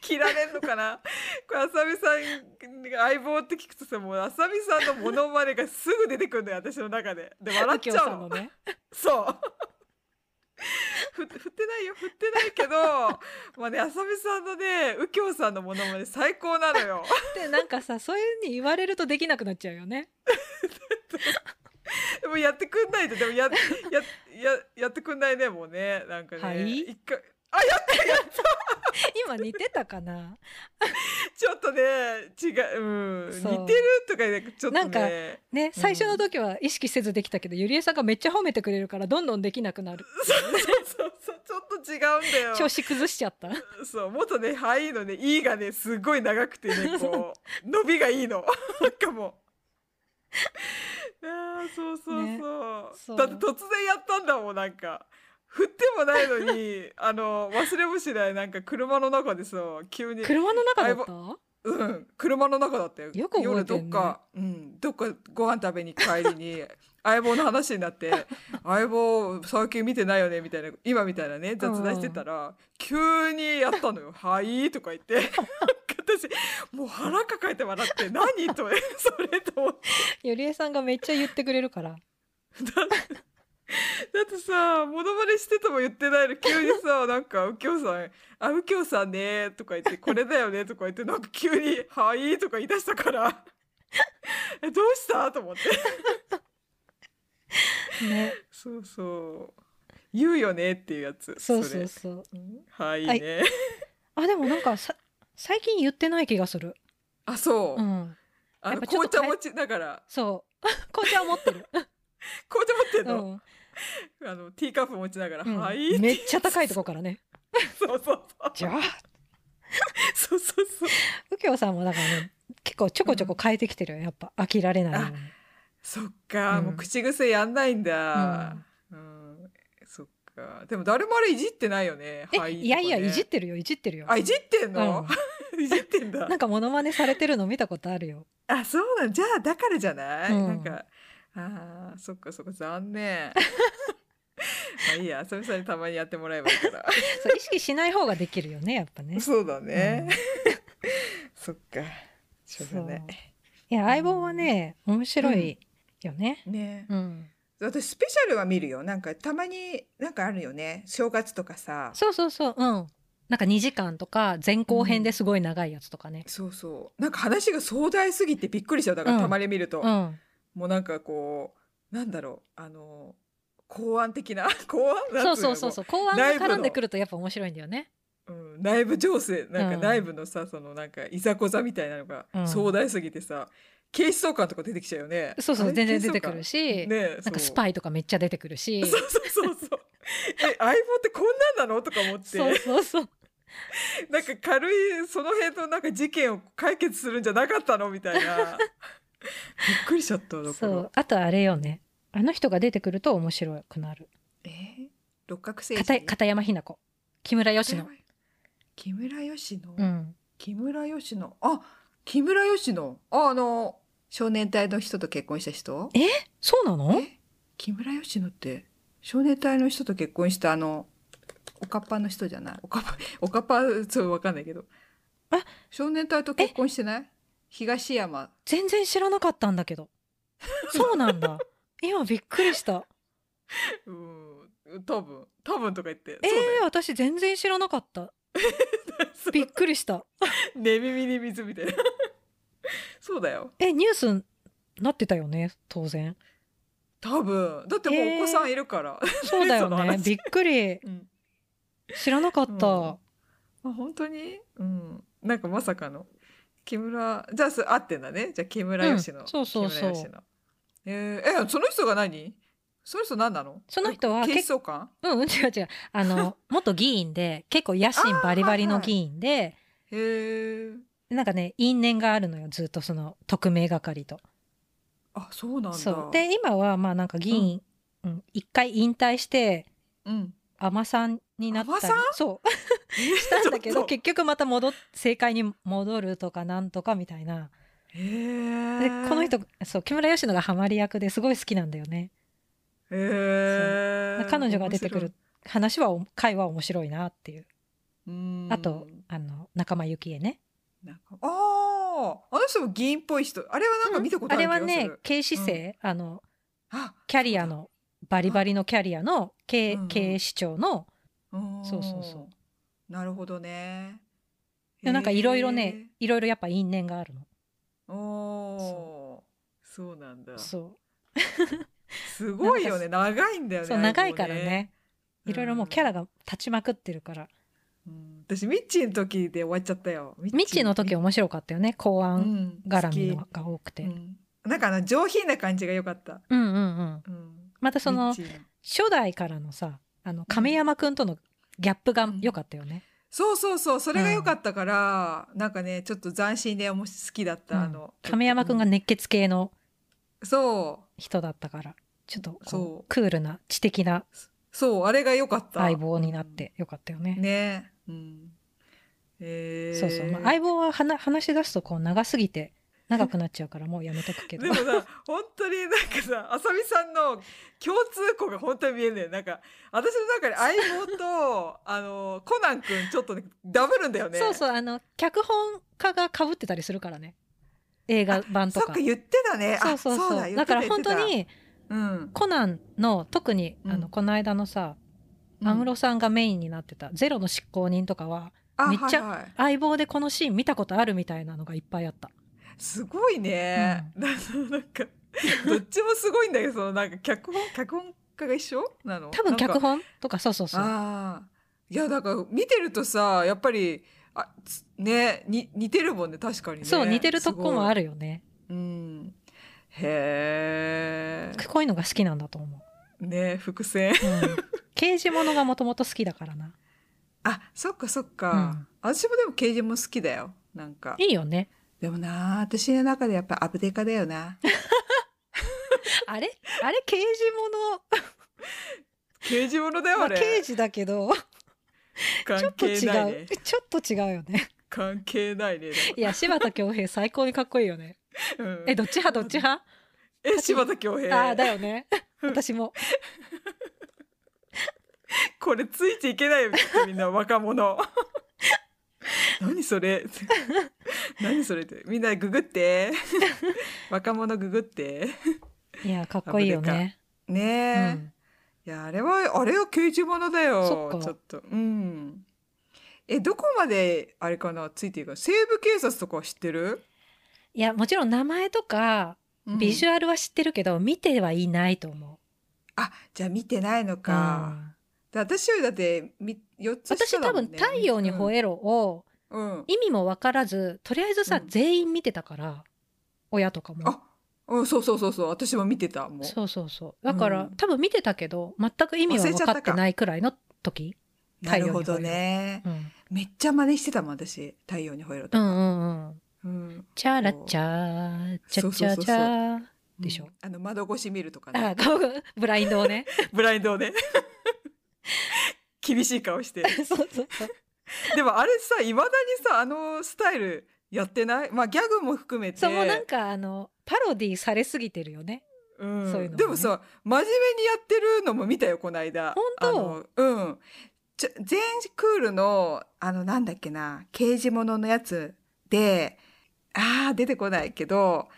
Speaker 1: 切られんのかなこれ浅見さんが相棒って聞くとさもう浅見さんのモノマネがすぐ出てくるのよ私の中でで笑っち
Speaker 2: 右京
Speaker 1: ゃう
Speaker 2: さ
Speaker 1: の
Speaker 2: んのね
Speaker 1: そう。ふ 振ってないよ振ってないけどまあね浅見さんのね右京さんのものまね最高なのよ
Speaker 2: でなんかさそういうふうに言われるとできなくなっちゃうよね
Speaker 1: でもやってくんないとでもややややってくんないねもうねなんかね、
Speaker 2: はい
Speaker 1: 一回あやっ
Speaker 2: 今似てたかな
Speaker 1: ちょっとね違う、うん、
Speaker 2: そう
Speaker 1: 似てるとかねちょっとね
Speaker 2: なんかね最初の時は意識せずできたけど、ゆりえさんがめっちゃ褒めてくれるからどんどんできなくなる
Speaker 1: そうそうそうちょっと違うんだよ
Speaker 2: 調子崩しちゃった
Speaker 1: そうもっとね「はい」のね「いい」がねすごい長くて ねこう伸びがいいのなんかもうあーそうそうそう,、
Speaker 2: ねそう
Speaker 1: だって突然やったんだもんなんか振ってもないのにあの忘れもしないなんか車の中でさ急に
Speaker 2: 車の中だっ
Speaker 1: 相
Speaker 2: た
Speaker 1: うん車の中だったよ
Speaker 2: よく覚えて
Speaker 1: 夜ど
Speaker 2: んね
Speaker 1: っか、うん、どっかご飯食べに帰り に相棒の話になって「相棒最近見てないよね」みたいな今みたいなね雑談してたら、急にやったの よ「はい」とか言って私もう腹抱えて笑って「何?」とそれと思って
Speaker 2: ゆりえさんがめっちゃ言ってくれるから
Speaker 1: だってさモノマネしてても言ってないの急に さなんか右京さん「あ右京さんね」とか言って「これだよね」とか言ってなんか急に「はい」とか言い出したから えどうしたと思って
Speaker 2: ね
Speaker 1: そうそう言うよねっていうやつ
Speaker 2: そうそう
Speaker 1: そ
Speaker 2: そう
Speaker 1: れうんはい
Speaker 2: はい
Speaker 1: ね、
Speaker 2: あでもなんかさ最近言ってない気がする
Speaker 1: あそう、
Speaker 2: うん
Speaker 1: あ
Speaker 2: やっ
Speaker 1: の
Speaker 2: ぱちょっ
Speaker 1: 紅
Speaker 2: と
Speaker 1: 茶
Speaker 2: 変え
Speaker 1: 持ちだから
Speaker 2: そう紅茶は持って る、
Speaker 1: 紅茶持ってん
Speaker 2: う
Speaker 1: の,、
Speaker 2: ん
Speaker 1: あのティーカップ持ちながら「
Speaker 2: うん
Speaker 1: はい」って
Speaker 2: めっちゃ高いとこからね
Speaker 1: そうそうそう
Speaker 2: じゃあ
Speaker 1: そうそうそう
Speaker 2: 右京さんもだからね結構ちょこちょこ変えてきてるよやっぱ飽きられないように
Speaker 1: そっか、
Speaker 2: うん
Speaker 1: もう口癖やんないんだ。うん、そっか。でも誰もあれいじってないよね。
Speaker 2: え、
Speaker 1: はい
Speaker 2: いやいや
Speaker 1: とかね
Speaker 2: いじってるよいじってるよ
Speaker 1: あ、いじってんの、
Speaker 2: う ん
Speaker 1: いじってんだ
Speaker 2: なんかモノマネされてるの見たことあるよ。
Speaker 1: あそうなんじゃあだからじゃない、
Speaker 2: うん
Speaker 1: なんかあーそっかそっか残念 まあいいや久々にたまにやってもらえばいいから
Speaker 2: そう意識しない方ができるよ ね、やっぱ ね。
Speaker 1: そうだね、
Speaker 2: うん
Speaker 1: そっかしょうがない
Speaker 2: いや、相棒はね、面白いよね。
Speaker 1: ね
Speaker 2: うん。
Speaker 1: 私スペシャルは見るよなんかたまになんかあるよね正月とかさ
Speaker 2: そうそうそう、うん。なんか2時間とか前後編ですごい長いやつとかね。
Speaker 1: そうそうなんか話が壮大すぎてびっくりしちゃうだから、
Speaker 2: うん
Speaker 1: たまに見ると、
Speaker 2: うん。
Speaker 1: もうなんかこうなんだろうあの公安的な 公安な
Speaker 2: そ
Speaker 1: ん
Speaker 2: う
Speaker 1: つうの
Speaker 2: そうそうそう。公安が絡んでくるとやっぱ面白いんだよね。
Speaker 1: うん、内部情勢なんか
Speaker 2: うん
Speaker 1: 内部のさ、そのなんかいざこざみたいなのが
Speaker 2: うん
Speaker 1: 壮大すぎてさ、警視総監とか出てきちゃうよね
Speaker 2: そう
Speaker 1: あ
Speaker 2: そう、
Speaker 1: れ
Speaker 2: 全然
Speaker 1: 警視総
Speaker 2: 出てく
Speaker 1: 監
Speaker 2: るし、
Speaker 1: ね
Speaker 2: なんかスパ
Speaker 1: イ
Speaker 2: イとかめっちゃ出てくるし
Speaker 1: そう。そうそうそうえ相棒ってこんなんなのとか思って
Speaker 2: そうそうそう。
Speaker 1: なんか軽いその辺のなんか事件を解決するんじゃなかったのみたいなびっくりしちゃっただか
Speaker 2: そ
Speaker 1: ら
Speaker 2: う。あとあれよね。あの人が出てくると面白くなる。
Speaker 1: えー六角星
Speaker 2: 片片山ひな子。木村佳乃。
Speaker 1: 木村佳乃、
Speaker 2: うん。
Speaker 1: 木村佳乃あ木村佳乃ああの少年隊の人と結婚した人
Speaker 2: そうなの
Speaker 1: え木村佳乃って少年隊の人と結婚したあのおかっぱの人じゃないおかっぱ おかっぱそうわかんないけど
Speaker 2: あ
Speaker 1: 少年隊と結婚してない東山
Speaker 2: 全然知らなかったんだけど。そうなんだ。今びっくりした。
Speaker 1: うん多分多分とか言って
Speaker 2: え
Speaker 1: そうだ
Speaker 2: えー、
Speaker 1: よ
Speaker 2: 私全然知らなかった。
Speaker 1: そう
Speaker 2: びっくりした。
Speaker 1: 寝耳に水みたいな そうだよ
Speaker 2: え、ニュースになってたよね、当然。
Speaker 1: 多分だってもうお子さんいるから、
Speaker 2: そうだよ
Speaker 1: その
Speaker 2: ね。
Speaker 1: 話
Speaker 2: びっくり。
Speaker 1: うん
Speaker 2: 知らなかった。
Speaker 1: うんまあ、本当にうんなんかまさかの木村じゃあす合ってんだねじゃあ木村佳乃、
Speaker 2: うんそうそうそう
Speaker 1: 木村佳乃えーえその人が何その人何なの
Speaker 2: その人は
Speaker 1: 警視総監
Speaker 2: うん、うん、違う違う。あの、元議員で、結構野心バリバリの議員で、
Speaker 1: へえ
Speaker 2: なんかね、因縁があるのよ、ずっとその、特命係と。
Speaker 1: あそうなんだ
Speaker 2: そう。で、今は、まあなんか議員、うん、一回引退して、
Speaker 1: うん、
Speaker 2: 尼さんになったり
Speaker 1: 尼さん
Speaker 2: そう したんだけ
Speaker 1: ちょ
Speaker 2: ど
Speaker 1: っと
Speaker 2: 結局また戻っ政界に戻るとかなんとかみたいな
Speaker 1: へ
Speaker 2: で
Speaker 1: ー
Speaker 2: この人そう木村佳乃がハマり役ですごい好きなんだよね
Speaker 1: へー
Speaker 2: 彼女が出てくる話はお会話面白いなっていう
Speaker 1: 面白いうん
Speaker 2: あとあの仲間由紀恵ね
Speaker 1: なんかあああの人も議員っぽい人あれはなんか見たことあ
Speaker 2: あ
Speaker 1: る
Speaker 2: れ
Speaker 1: 気がす
Speaker 2: は
Speaker 1: る、
Speaker 2: ね警視正、あの
Speaker 1: あ
Speaker 2: キャリアのバリバリのキャリアの警,、
Speaker 1: うんうん
Speaker 2: 警視庁の
Speaker 1: そ
Speaker 2: そうそうそう
Speaker 1: なるほどね
Speaker 2: でなんかいろいろねいろいろやっぱ因縁があるの
Speaker 1: へーおーそうなんだ
Speaker 2: そ
Speaker 1: すごいよね長いんだよ
Speaker 2: う
Speaker 1: ね
Speaker 2: そう
Speaker 1: あれも
Speaker 2: 長いからねいろいろもうキャラが立ちまくってるから
Speaker 1: うん私ミッチーの時で終わっちゃったよミ
Speaker 2: ミッチーの時
Speaker 1: は
Speaker 2: 面白かったよね公安絡みの
Speaker 1: 好
Speaker 2: が多くて、
Speaker 1: きうんなんかあの上品な感じが良かった
Speaker 2: うんうんうん
Speaker 1: うん
Speaker 2: またその
Speaker 1: ミッチー
Speaker 2: 初代からのさあの亀山くんとのギャップが良かったよね、
Speaker 1: そうそうそうそれが良かったから、なんかねちょっと斬新で面白好きだった、あ
Speaker 2: うん
Speaker 1: の
Speaker 2: 亀山くんが
Speaker 1: う
Speaker 2: 熱血系の
Speaker 1: そう
Speaker 2: 人だったからちょっと
Speaker 1: そ
Speaker 2: こ
Speaker 1: う
Speaker 2: うクールな知的な
Speaker 1: そうあれが良かった
Speaker 2: 相棒になって良かったよね、
Speaker 1: ねうんえー
Speaker 2: そうそう、まあ、相棒ははな話し出すとこう長すぎて長くなっちゃ うからもうやめとくけど
Speaker 1: でもさ本当になんかさ あさみさんの共通項が本当に見えんだよなんか私の中で相棒 とあのコナン君ちょっとねダブるんだよね
Speaker 2: そうそうあの脚本家が被ってたりするからね映画版と
Speaker 1: そっ
Speaker 2: か
Speaker 1: か言ってたね
Speaker 2: そうそう
Speaker 1: あ
Speaker 2: そう
Speaker 1: だ言
Speaker 2: だ
Speaker 1: ってた
Speaker 2: から本当
Speaker 1: 言って
Speaker 2: に
Speaker 1: たうん
Speaker 2: コナンの特に、
Speaker 1: うん
Speaker 2: あのこの間のさ安室、さんがメインになってた「ゼロの執行人」とかは
Speaker 1: あ
Speaker 2: めっちゃ
Speaker 1: はいはい
Speaker 2: 相棒でこのシーン見たことあるみたいなのがいっぱいあった
Speaker 1: すごいね、なんかどっちもすごいんだけどそのなんか脚本脚本家が一緒なの
Speaker 2: 多
Speaker 1: な
Speaker 2: 分
Speaker 1: んか
Speaker 2: 脚本とかそうそうそう
Speaker 1: ああいやだから見てるとさやっぱりあつねに似てるもんね確かにね
Speaker 2: そう似てるとこもあ
Speaker 1: る
Speaker 2: るよね
Speaker 1: うんへ
Speaker 2: こういうのが好きなんだと思
Speaker 1: えね伏線
Speaker 2: う、 うん、刑事物がもともと好きだからな
Speaker 1: あそっかそっか、私もでも刑事も好きだよなんか
Speaker 2: いいよね
Speaker 1: でもな私の中でやっぱアブデカだよ な
Speaker 2: あれあれ刑事
Speaker 1: 刑事ものだよ
Speaker 2: 物、ま
Speaker 1: あ
Speaker 2: あ、
Speaker 1: れ
Speaker 2: 刑事だけどちょ
Speaker 1: 関
Speaker 2: っと
Speaker 1: 係
Speaker 2: 違、
Speaker 1: ないうね
Speaker 2: ちょっと違うよね
Speaker 1: 関係ないね。でも
Speaker 2: いや柴田恭平最高にかっこいいよね
Speaker 1: うん
Speaker 2: えどっち派どっち派
Speaker 1: え、柴田恭
Speaker 2: あ
Speaker 1: 平
Speaker 2: あ。だよ ね私も
Speaker 1: これついていけないよ、きっとみんな若 者。何それ何それって。みんなググって。若者ググって。
Speaker 2: いやかっこいいよね、
Speaker 1: ね
Speaker 2: う
Speaker 1: え。い
Speaker 2: ん、
Speaker 1: や、あれは、あれは刑事物だ
Speaker 2: そ
Speaker 1: よ
Speaker 2: っ。か
Speaker 1: ちょっと。うん。え、どこまで、あれかな、ついていくの西部警察とかは知ってる、
Speaker 2: いやもちろん名前とかビジ
Speaker 1: ュ
Speaker 2: ュアルは知ってるけど、見てはいないと思
Speaker 1: あ、じゃあ見てないの
Speaker 2: う、う
Speaker 1: か。
Speaker 2: ん
Speaker 1: で私よりだって、み4つ
Speaker 2: 私
Speaker 1: 下
Speaker 2: 多
Speaker 1: だも
Speaker 2: 分「
Speaker 1: んね。
Speaker 2: 太陽に
Speaker 1: うん
Speaker 2: 吠えろ」を
Speaker 1: うん。
Speaker 2: 意味も分からずとりあえずさ、
Speaker 1: うん
Speaker 2: 全員見てたから親とかも
Speaker 1: あ、うん、そうそうそうそう。私も見てた、もう。
Speaker 2: そうそうそうだから、
Speaker 1: うん
Speaker 2: 多分見てたけど全く意味は
Speaker 1: 忘れち
Speaker 2: 分
Speaker 1: ゃっ
Speaker 2: か
Speaker 1: たか
Speaker 2: ってないくらいの時、
Speaker 1: なるほどね。
Speaker 2: うん、
Speaker 1: めっちゃ真似してたもん、私。太陽に吠えろ
Speaker 2: う
Speaker 1: と
Speaker 2: んう
Speaker 1: か。
Speaker 2: んうん
Speaker 1: うん。
Speaker 2: チャラチャーチャチャチャ
Speaker 1: そうそうそ
Speaker 2: でしょ
Speaker 1: あの、窓越し見るとか
Speaker 2: あ
Speaker 1: ね。
Speaker 2: こうブラインド をね
Speaker 1: ブラインドで。厳しい顔して。
Speaker 2: そうそうそう
Speaker 1: でもあれさ、いまだにさ、あのスタイルやってないまあギャグも含めて。
Speaker 2: そうもうなんかあのパロディされすぎてるよね
Speaker 1: うん
Speaker 2: そういうのもね
Speaker 1: でもさ、真面目にやってるのも見たよ、この間。
Speaker 2: 本
Speaker 1: 当うん。ちょ、全クールの、あの、なんだっけな、刑事もののやつで、あー、出てこないけど、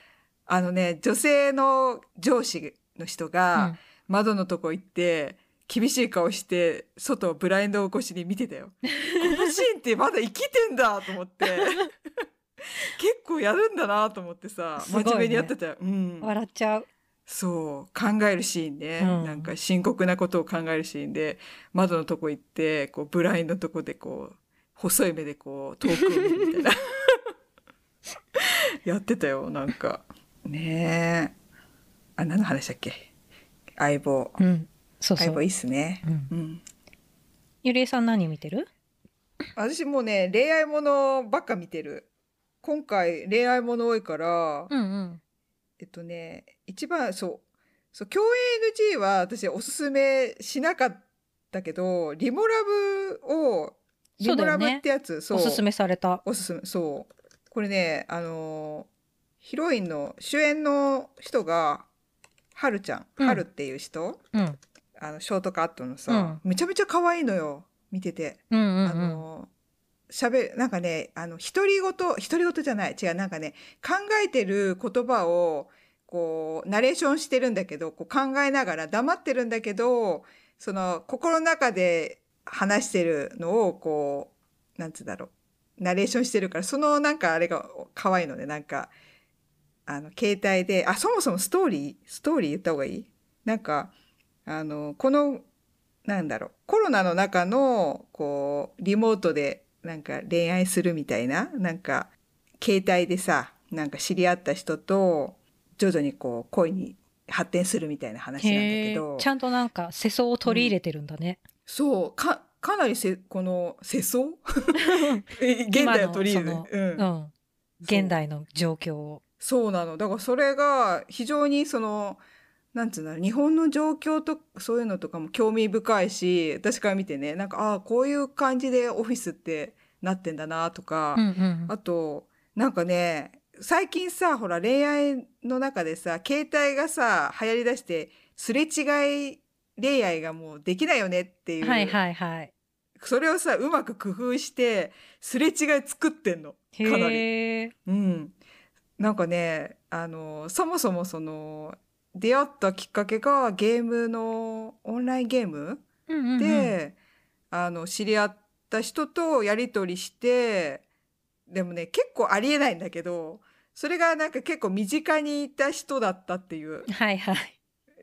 Speaker 1: あのね、女性の上司の人
Speaker 2: う
Speaker 1: が
Speaker 2: ん、
Speaker 1: 窓のとこ行って、厳しい顔して、外をブラインド越しに見てたよ。このシーンってまだ生きてんだと思って。 結構やるんだなと思ってさ、
Speaker 2: すごい
Speaker 1: 真
Speaker 2: ね
Speaker 1: 面目にやってたよ。うん。
Speaker 2: 笑っちゃう
Speaker 1: そう考えるシーンね、
Speaker 2: うん
Speaker 1: なんか深刻なことを考えるシーンで窓のとこ行ってこうブラインドのとこでこう細い目でこう遠くを見るみたいな やってたよなんかねえあ何の話だっけ相棒
Speaker 2: うんそうそ
Speaker 1: 相棒
Speaker 2: う、
Speaker 1: いいっすね
Speaker 2: うん、
Speaker 1: うん
Speaker 2: ゆりえさん何見てる
Speaker 1: 私もうね恋愛ものばっか見てる今回恋愛もの多いから
Speaker 2: うんうん
Speaker 1: えっとね、一番、そう、そう、共演 NG は私おすすめしなかったけど、リモラブを、リ
Speaker 2: そう
Speaker 1: モ
Speaker 2: だ
Speaker 1: ラ
Speaker 2: よね
Speaker 1: ブってやつ、そう
Speaker 2: おすすめされた
Speaker 1: おすすめ、そう。これね、あのーヒロインの、主演の人が、はるちゃ
Speaker 2: うん
Speaker 1: ん、はるっていう人、
Speaker 2: うん
Speaker 1: あの、ショートカットのさ、めちゃめちゃ可愛いのよ、見てて。
Speaker 2: うんうん
Speaker 1: あ
Speaker 2: うん
Speaker 1: の喋るなんかねあの独り言独り言じゃない違うなんかね考えてる言葉をこうナレーションしてるんだけどこう考えながら黙ってるんだけどその心の中で話してるのをこうなんつうんだろうナレーションしてるからそのなんかあれが可愛いので、なんかあの携帯であそもそもストーリーストーリー言った方がいいなんかあのこのなんだろう、コロナの中の、こう、リモートで、なんか恋愛するみたいな、なんか、携帯でさ、なんか知り合った人と、徐々にこう、恋に発展するみたいな話なんだ
Speaker 2: へ
Speaker 1: け
Speaker 2: え
Speaker 1: ど、
Speaker 2: ちゃんとなんか世相を取り入れてるんだね、
Speaker 1: そう、か、かなりせ、この、世 相え現代を取り入れる
Speaker 2: 今の。
Speaker 1: うん
Speaker 2: うん、現代の状況を
Speaker 1: そうなの。だからそれが非常にその、なんつうんだろう、日本の状況とそういうのとかも興味深いし、私から見てね、なんか、ああ、こういう感じでオフィスってなってんだなとか、
Speaker 2: うんうん
Speaker 1: あと、なんかね、最近さ、ほら恋愛の中でさ、携帯がさ、流行りだして、すれ違い恋愛がもうできないよねっていう、
Speaker 2: はいはいはい
Speaker 1: それをさ、うまく工夫して、すれ違い作ってんの。かなり
Speaker 2: へえ
Speaker 1: うん、なんかねあのそもそもその出会ったきっかけがゲームのオンラインゲーム
Speaker 2: うんうんうん
Speaker 1: で、あの知り合った人とやり取りしてでもね結構ありえないんだけどそれがなんか結構身近にいた人だったっていう
Speaker 2: はいはい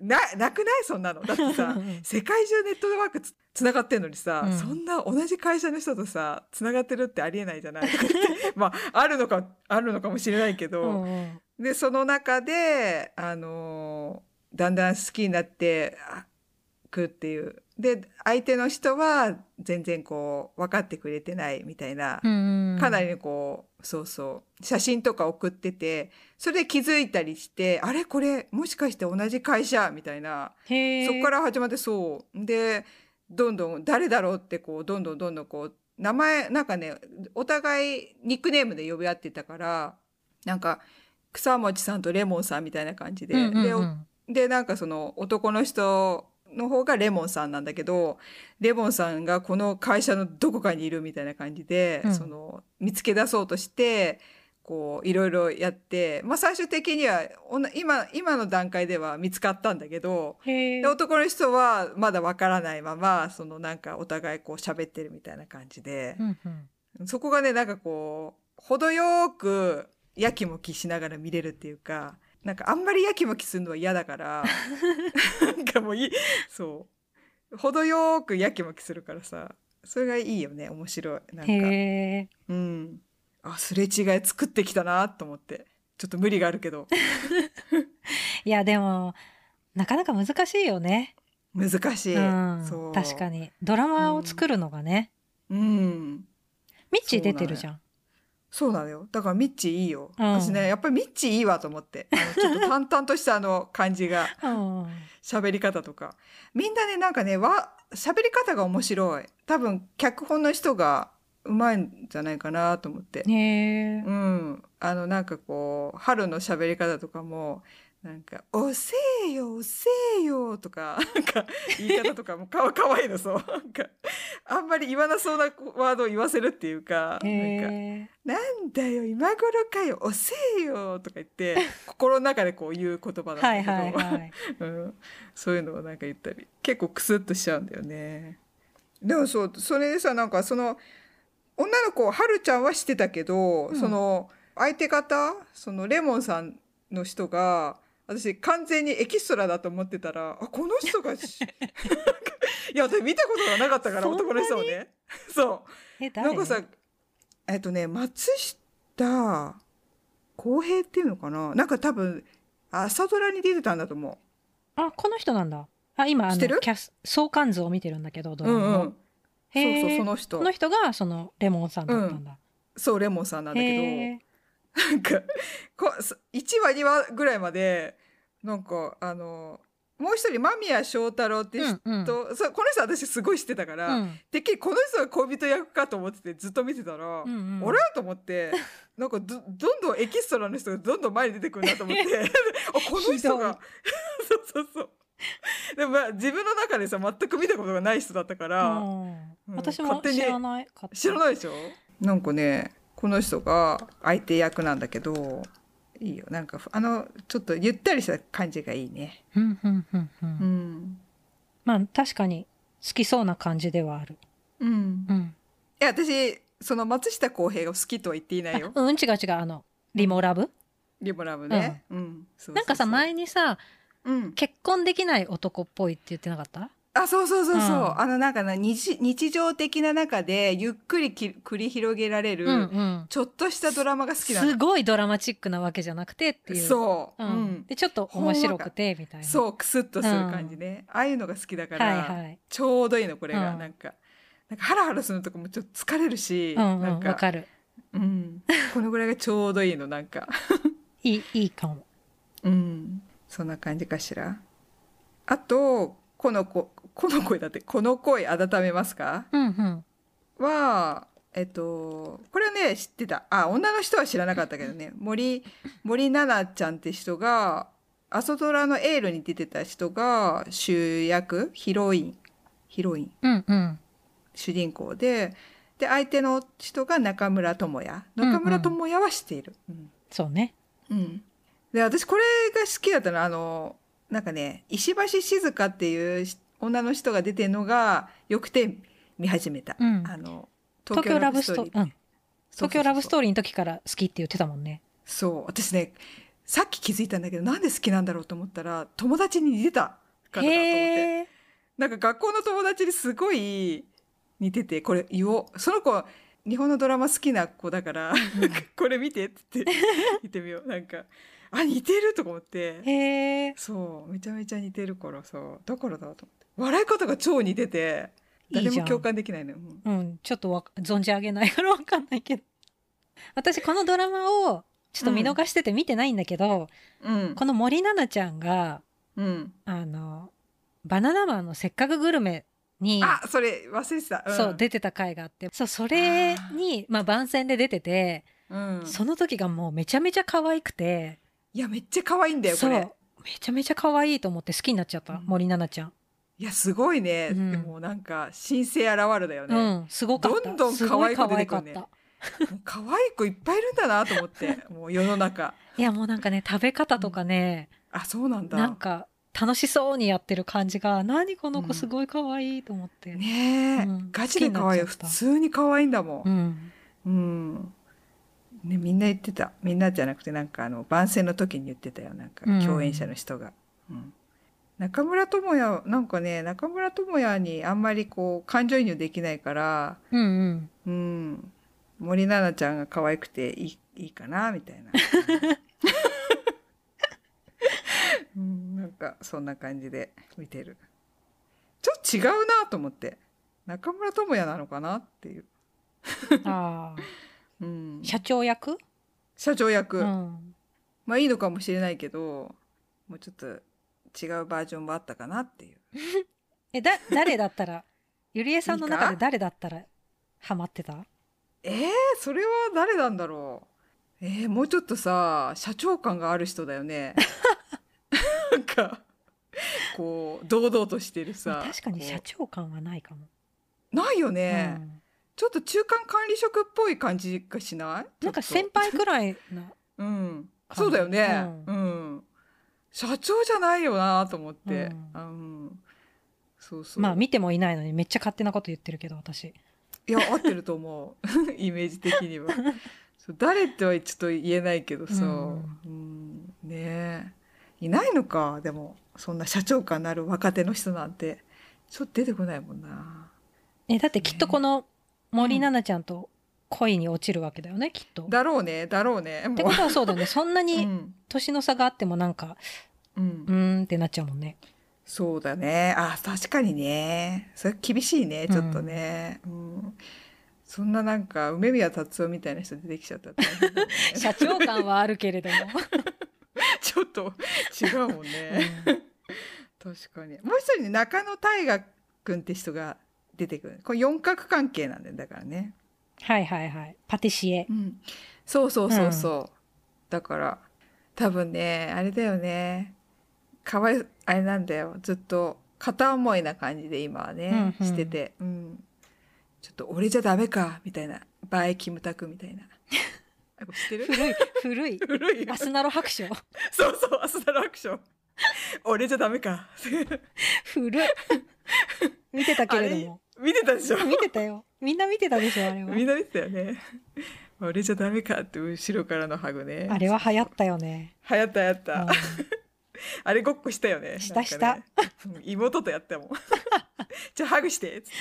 Speaker 1: ななくないそんなのだってさ世界中ネットワークつつながってんのにさ、
Speaker 2: うん
Speaker 1: そんな同じ会社の人とさつながってるってありえないじゃ ない とかってまああるのかあるのかもしれないけ
Speaker 2: う
Speaker 1: ど、
Speaker 2: んうん
Speaker 1: でその中で、あのーだんだん好きになってあくっていうで相手の人は全然こう分かってくれてないみたいな、
Speaker 2: うんうん
Speaker 1: かなりこうそうそう写真とか送っててそれで気づいたりしてあれこれもしかして同じ会社みたいな。
Speaker 2: へえ
Speaker 1: そこから始まってそうでどんどん誰だろうってこうどんどんどんどんこう名前なんかねお互いニックネームで呼び合ってたからなんか草餅さんとレモンさんみたいな感じで、
Speaker 2: うんうん
Speaker 1: で
Speaker 2: うん
Speaker 1: でなんかその男の人の方がレモンさんなんだけどレモンさんがこの会社のどこかにいるみたいな感じで、
Speaker 2: うん
Speaker 1: その見つけ出そうとしてこういろいろやって、まあ、最終的にはおな今今の段階では見つかったんだけど
Speaker 2: へ
Speaker 1: で男の人はまだわからないままそのなんかお互いこう喋ってるみたいな感じで
Speaker 2: う、んうん
Speaker 1: そこがねなんかこう程よくやきもきしながら見れるっていうかなんかあんまりやきもきするのは嫌だから なんかもういいそう程よくやきもきするからさそれがいいよね面白いなんか
Speaker 2: へえ
Speaker 1: うんあすれ違い作ってきたなと思ってちょっと無理があるけど
Speaker 2: いやでもなかなか難しいよね、
Speaker 1: 難しい、
Speaker 2: うん
Speaker 1: そう
Speaker 2: 確かにドラマを作るのがね、
Speaker 1: うん
Speaker 2: ミッチー出てるじゃん
Speaker 1: そうなのよ。だからミッチーいいよ。
Speaker 2: うん
Speaker 1: 私ね、やっぱりミッチーいいわと思って。あのちょっと淡々としたあの感じ が。
Speaker 2: うん
Speaker 1: 喋り方とか。みんなね、なんかね、わ、喋り方が面白い。多分、脚本の人がうまいんじゃないかなと思って。
Speaker 2: へえ
Speaker 1: うん。あの、なんかこう、春の喋り方とかも、なんか、おせえよ、おせえよ、とか、 なんか、言い方と かもかわ、かわいいの、そう。なんか、あんまり言わなそうなワードを言わせるっていうか、なんか、
Speaker 2: へ
Speaker 1: なんだよ、今頃かよ、おせえよ、とか言 って、心の中でこう言う言葉
Speaker 2: え
Speaker 1: なん
Speaker 2: は
Speaker 1: だ
Speaker 2: い
Speaker 1: けど、
Speaker 2: はいはい
Speaker 1: うん、そういうのをなんか言ったり結構クスッとしちゃうんだよねでもそうそれでさなんかその女の子はるちゃんはしてたけど、
Speaker 2: うん
Speaker 1: その相手方そのレモンさんの人が私完全にエキストラだと思ってたらあこの人が しいや私見たことがなかったから
Speaker 2: そんなに
Speaker 1: 男の人もねそ
Speaker 2: え
Speaker 1: う
Speaker 2: 誰
Speaker 1: なんかさえっとね松下洸平っていうのかななんか多分朝ドラに出てたんだと思う
Speaker 2: あこの人なんだあ今あ
Speaker 1: 知っ
Speaker 2: の
Speaker 1: てる
Speaker 2: キャス相関図を見てるんだけどド
Speaker 1: う
Speaker 2: ラマ
Speaker 1: ん
Speaker 2: の、
Speaker 1: うんそう
Speaker 2: へ
Speaker 1: そう
Speaker 2: え
Speaker 1: その人
Speaker 2: この人がそのレモンさんだったんだ、
Speaker 1: そうレモンさんなんだけ
Speaker 2: へ
Speaker 1: どなんか こそ1話2話ぐらいまでなんかあのもう一人間宮祥太郎って
Speaker 2: え
Speaker 1: 人、
Speaker 2: うんうん
Speaker 1: そうこの人私すごい知ってたか
Speaker 2: う
Speaker 1: ら、
Speaker 2: ん
Speaker 1: てっきりこの人が恋人役かと思っててずっと見てたら、
Speaker 2: うんうん
Speaker 1: あれと思 ってなんかどどんどんエキストラの人がどんどん前に出てくるなと思って あこ の人がそうそうそうでも、まあ、自分の中でさ全く見たことがない人だったから、
Speaker 2: う
Speaker 1: うんん
Speaker 2: 私も
Speaker 1: 勝手
Speaker 2: 知
Speaker 1: に
Speaker 2: らないかった
Speaker 1: 知らないでしょなんかねこの人が相手役なんだけどいいよなんかあのちょっとゆったりした感じがいいね
Speaker 2: うんうんうんう
Speaker 1: うんん
Speaker 2: まあ確かに好きそうな感じではある
Speaker 1: うん
Speaker 2: うん
Speaker 1: いや私その松下洸平が好きとは言っていないよ
Speaker 2: あ うん違う違うあのリモラブ
Speaker 1: リボラブね、うんそうそうそう
Speaker 2: なんかさ前にさ
Speaker 1: うん、
Speaker 2: 結婚できない男っぽいって言ってなかった
Speaker 1: あそうそうそうそう、
Speaker 2: うん
Speaker 1: あのなんかな日日常的な中でゆっくりき繰り広げられる、
Speaker 2: うんうん
Speaker 1: ちょっとしたドラマが好きなの
Speaker 2: すごいドラマチックなわけじゃなくてっていう
Speaker 1: そう、
Speaker 2: う
Speaker 1: うんん
Speaker 2: でちょっと面白くてみたいな
Speaker 1: そうクスッとする感じね、ああいうのが好きだから、
Speaker 2: はいはい
Speaker 1: ちょうどいいのこれが、
Speaker 2: うん
Speaker 1: なんかなんかハラハラするのとかもちょっと疲れるし、
Speaker 2: うんう
Speaker 1: なん
Speaker 2: んわかる
Speaker 1: うん、このぐらいがちょうどいいのなんか、
Speaker 2: いいいいかも
Speaker 1: うん、そんな感じかしらあとこの子この声だってこの声改めますか
Speaker 2: うんうん
Speaker 1: はえっとこれはね知ってたあ女の人は知らなかったけどね森森奈々ちゃんって人が朝ドラのエールに出てた人が主役ヒロインヒロイン
Speaker 2: うんうん
Speaker 1: 主人公でで相手の人が中村智也中村智也は知っている、うん
Speaker 2: そうね
Speaker 1: うんで私これが好きだったのはあのなんかね石橋静香っていうし女の人が出てるのがよくて見始めた、
Speaker 2: うん
Speaker 1: あの
Speaker 2: 東京ラブストーリーうん
Speaker 1: そうそうそうそう
Speaker 2: 東京ラブストーリーの時から好きって言ってたもんね
Speaker 1: そう私ねさっき気づいたんだけどなんで好きなんだろうと思ったら友達に似てたからだと思って。
Speaker 2: へえ
Speaker 1: なんか学校の友達にすごい似てて、これ言おう。その子、日本のドラマ好きな子だから、 これ見てって言 って、言ってみよう。なんか、あ、似てるとか思って。
Speaker 2: へえ
Speaker 1: そう、めちゃめちゃ似てるからさ、だからだと思って。笑い方が超似てて、誰
Speaker 2: いいじゃ
Speaker 1: も
Speaker 2: ん
Speaker 1: 共感できないのよ。うん
Speaker 2: うん、ちょっとわか存じ上げないからわかんないけど。私このドラマをちょっと見逃してて見てないんだけど、
Speaker 1: うん。
Speaker 2: この森七菜ちゃんが、
Speaker 1: うん。
Speaker 2: あの、バナナマンのせっかくグルメに、
Speaker 1: あ、それ忘れてた。ん
Speaker 2: そう、出てた回があって、そう、それに、まあ番宣で出てて、
Speaker 1: うん。
Speaker 2: その時がもうめちゃめちゃ可愛くて、
Speaker 1: いや、めっちゃ可愛いんだよ、
Speaker 2: そ
Speaker 1: こ
Speaker 2: う、
Speaker 1: れ
Speaker 2: め。ちゃめちゃ可愛いと思って好きになっちゃった、
Speaker 1: うん
Speaker 2: 森七菜ちゃん。
Speaker 1: いや、すごいね。
Speaker 2: うん
Speaker 1: でもなんか、神聖現るだよ
Speaker 2: う
Speaker 1: ね。
Speaker 2: ん、すごかった。
Speaker 1: どんどん
Speaker 2: すごい
Speaker 1: 可愛く出てく
Speaker 2: 可
Speaker 1: る
Speaker 2: 愛
Speaker 1: ね
Speaker 2: かった。
Speaker 1: もう可愛い子いっぱいいるんだなと思 って、もう世の中。
Speaker 2: いや、もうなんかね、食べ方とかね、
Speaker 1: あ、そうなんだ。
Speaker 2: なんか楽しそうにやってる感じが、何この
Speaker 1: うん
Speaker 2: 子すごい可愛いと思って。
Speaker 1: ねえ、
Speaker 2: うん
Speaker 1: ガチで可愛いよ。
Speaker 2: 好き
Speaker 1: 普
Speaker 2: になっちゃった
Speaker 1: 通に可愛いんだも。
Speaker 2: うんん。
Speaker 1: うん。ね、みんな言ってた。みんなじゃなくて、なんかあの、番宣の時に言ってたよ。なんか
Speaker 2: うん、
Speaker 1: 共演者の人が。うん。中村智也、なんかね、中村智也にあんまりこう、感情移入できないから、
Speaker 2: うんうん。
Speaker 1: うん。森七菜ちゃんが可愛くていいいいかな、み たいな。うん、なんか、そんな感じで見てる。ちょっと違うなと思って。中村智也なのかなっていう。
Speaker 2: ああ。
Speaker 1: うん、
Speaker 2: 社長役
Speaker 1: 社長役、
Speaker 2: うん。
Speaker 1: まあいいのかもしれないけど、もうちょっと違うバージョンもあったかなっていう。
Speaker 2: え、だ、誰だったら、ゆりえさんの中で誰だったら、ハマってた
Speaker 1: えー、それは誰なんだろう。えー、もうちょっとさ、社長感がある人だよ ね。なんか、こう、堂々としてるさ。
Speaker 2: 確かに
Speaker 1: こう
Speaker 2: 社長感はないかも。
Speaker 1: ないよ
Speaker 2: う
Speaker 1: ね、
Speaker 2: ん
Speaker 1: ちょっと中間管理職っぽい感じがしない
Speaker 2: なんか
Speaker 1: ちょっ
Speaker 2: 先
Speaker 1: と
Speaker 2: 輩くらいな。
Speaker 1: うん。
Speaker 2: 感じ
Speaker 1: そうだよね。
Speaker 2: う
Speaker 1: うん。社長じゃないよなと思って。
Speaker 2: う
Speaker 1: うん。そうそう。
Speaker 2: まあ見てもいないのにめっちゃ勝手なこと言ってるけど私。
Speaker 1: いや、合ってると思う。 イメージ的には。そう誰ってはちょっと言えないけどさ。
Speaker 2: う
Speaker 1: うんん。ねえ。いないのか。でも、そんな社長感なる若手の人なんて、ちょっと出てこないもんな。
Speaker 2: え、だってきっとこの森七菜ちゃんと恋に落ちるわけだよね、きっと。っ
Speaker 1: だろうね、だろうね。
Speaker 2: て
Speaker 1: もう
Speaker 2: こ。とはそうだ よね。そんな
Speaker 1: う
Speaker 2: に
Speaker 1: ん。
Speaker 2: 年の差があってもなんか、
Speaker 1: うん
Speaker 2: う。ーんってなっちゃうもんね。
Speaker 1: そうだね。あ、確かにね。それ厳しいね、ちょっとね。うん。そんななんか、梅宮達夫みたいな人出てきちゃったら大変だもんね
Speaker 2: 社長感はあるけれども。
Speaker 1: ちょっと違うもん
Speaker 2: う
Speaker 1: ね。
Speaker 2: ん
Speaker 1: 確かに。もう一人ね、中野大河君って人が出てくる。これ四角関係なんだよ、だからね。
Speaker 2: はいはいはい。パティシエ
Speaker 1: う。ん。そうそうそうそう。だから、多分ね、あれだよね。かわい、あれなんだよ。ずっと片思いな感じで今はね、
Speaker 2: うんうん
Speaker 1: してて。うん。ちょっと俺じゃダメか、みたいな。バイキムタクみた いな。あ知ってる
Speaker 2: 古い、古い。
Speaker 1: 古いよ
Speaker 2: アスナロ白書。
Speaker 1: そうそう、アスナロアクション。俺じゃダメか。
Speaker 2: 古い。見てたけれども。
Speaker 1: 見てたでしょ
Speaker 2: 見てたよ。みんな見てたでしょ、あれは。
Speaker 1: みんな見てたよね。 俺じゃダメかって後ろからのハグね。
Speaker 2: あれは流行ったよね。
Speaker 1: 流行った流行っ
Speaker 2: う
Speaker 1: た
Speaker 2: ん。
Speaker 1: あれごっこしたよね。
Speaker 2: した
Speaker 1: なんかねうん妹とやった もん。じゃあハグしてっつって。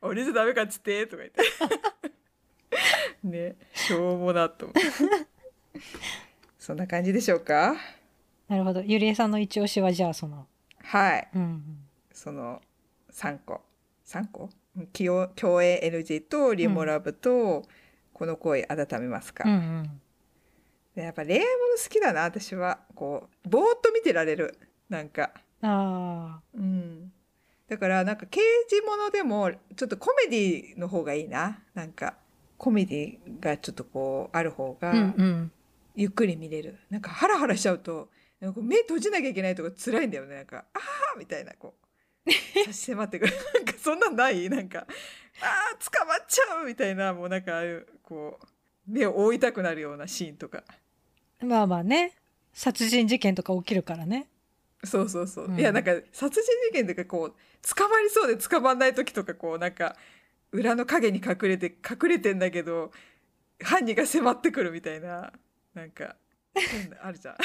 Speaker 1: 俺じゃダメかっつってとか言って。 ね、しょうもなと思って。そんな感じでしょうか
Speaker 2: なるほど。ゆりえさんの一押しは、じゃあその、
Speaker 1: はい。
Speaker 2: うん。
Speaker 1: その3個。3個うん起用共栄 NG とリモラブと、この恋温めますか、
Speaker 2: うんうん。
Speaker 1: でやっぱ恋愛もの好きだな私はこうぼーっと見てられるなんか
Speaker 2: あ
Speaker 1: うんだからなんか刑事ものでもちょっとコメディの方がいいななんかコメディがちょっとこうある方が
Speaker 2: あ。うんうん。
Speaker 1: ゆっくり見れる、なんかハラハラしちゃうとなんか目閉じなきゃいけないとか辛いんだよねなんか「ああ」みたいな こう差し迫ってくるなんかそんなんないなんか「ああ捕まっちゃう」みたいなもうなんかああいうこう目を覆いたくなるようなシーンとか。
Speaker 2: まあまあね。殺人事件とか起きるからね。
Speaker 1: そうそうそう。
Speaker 2: うん
Speaker 1: いや、なんか、殺人事件とか、こう、捕まりそうで捕まんない時とか、こう、なんか、裏の影に隠れて、隠れてんだけど、犯人が迫ってくるみたいな、なんか、そういうのあるじゃん。なんか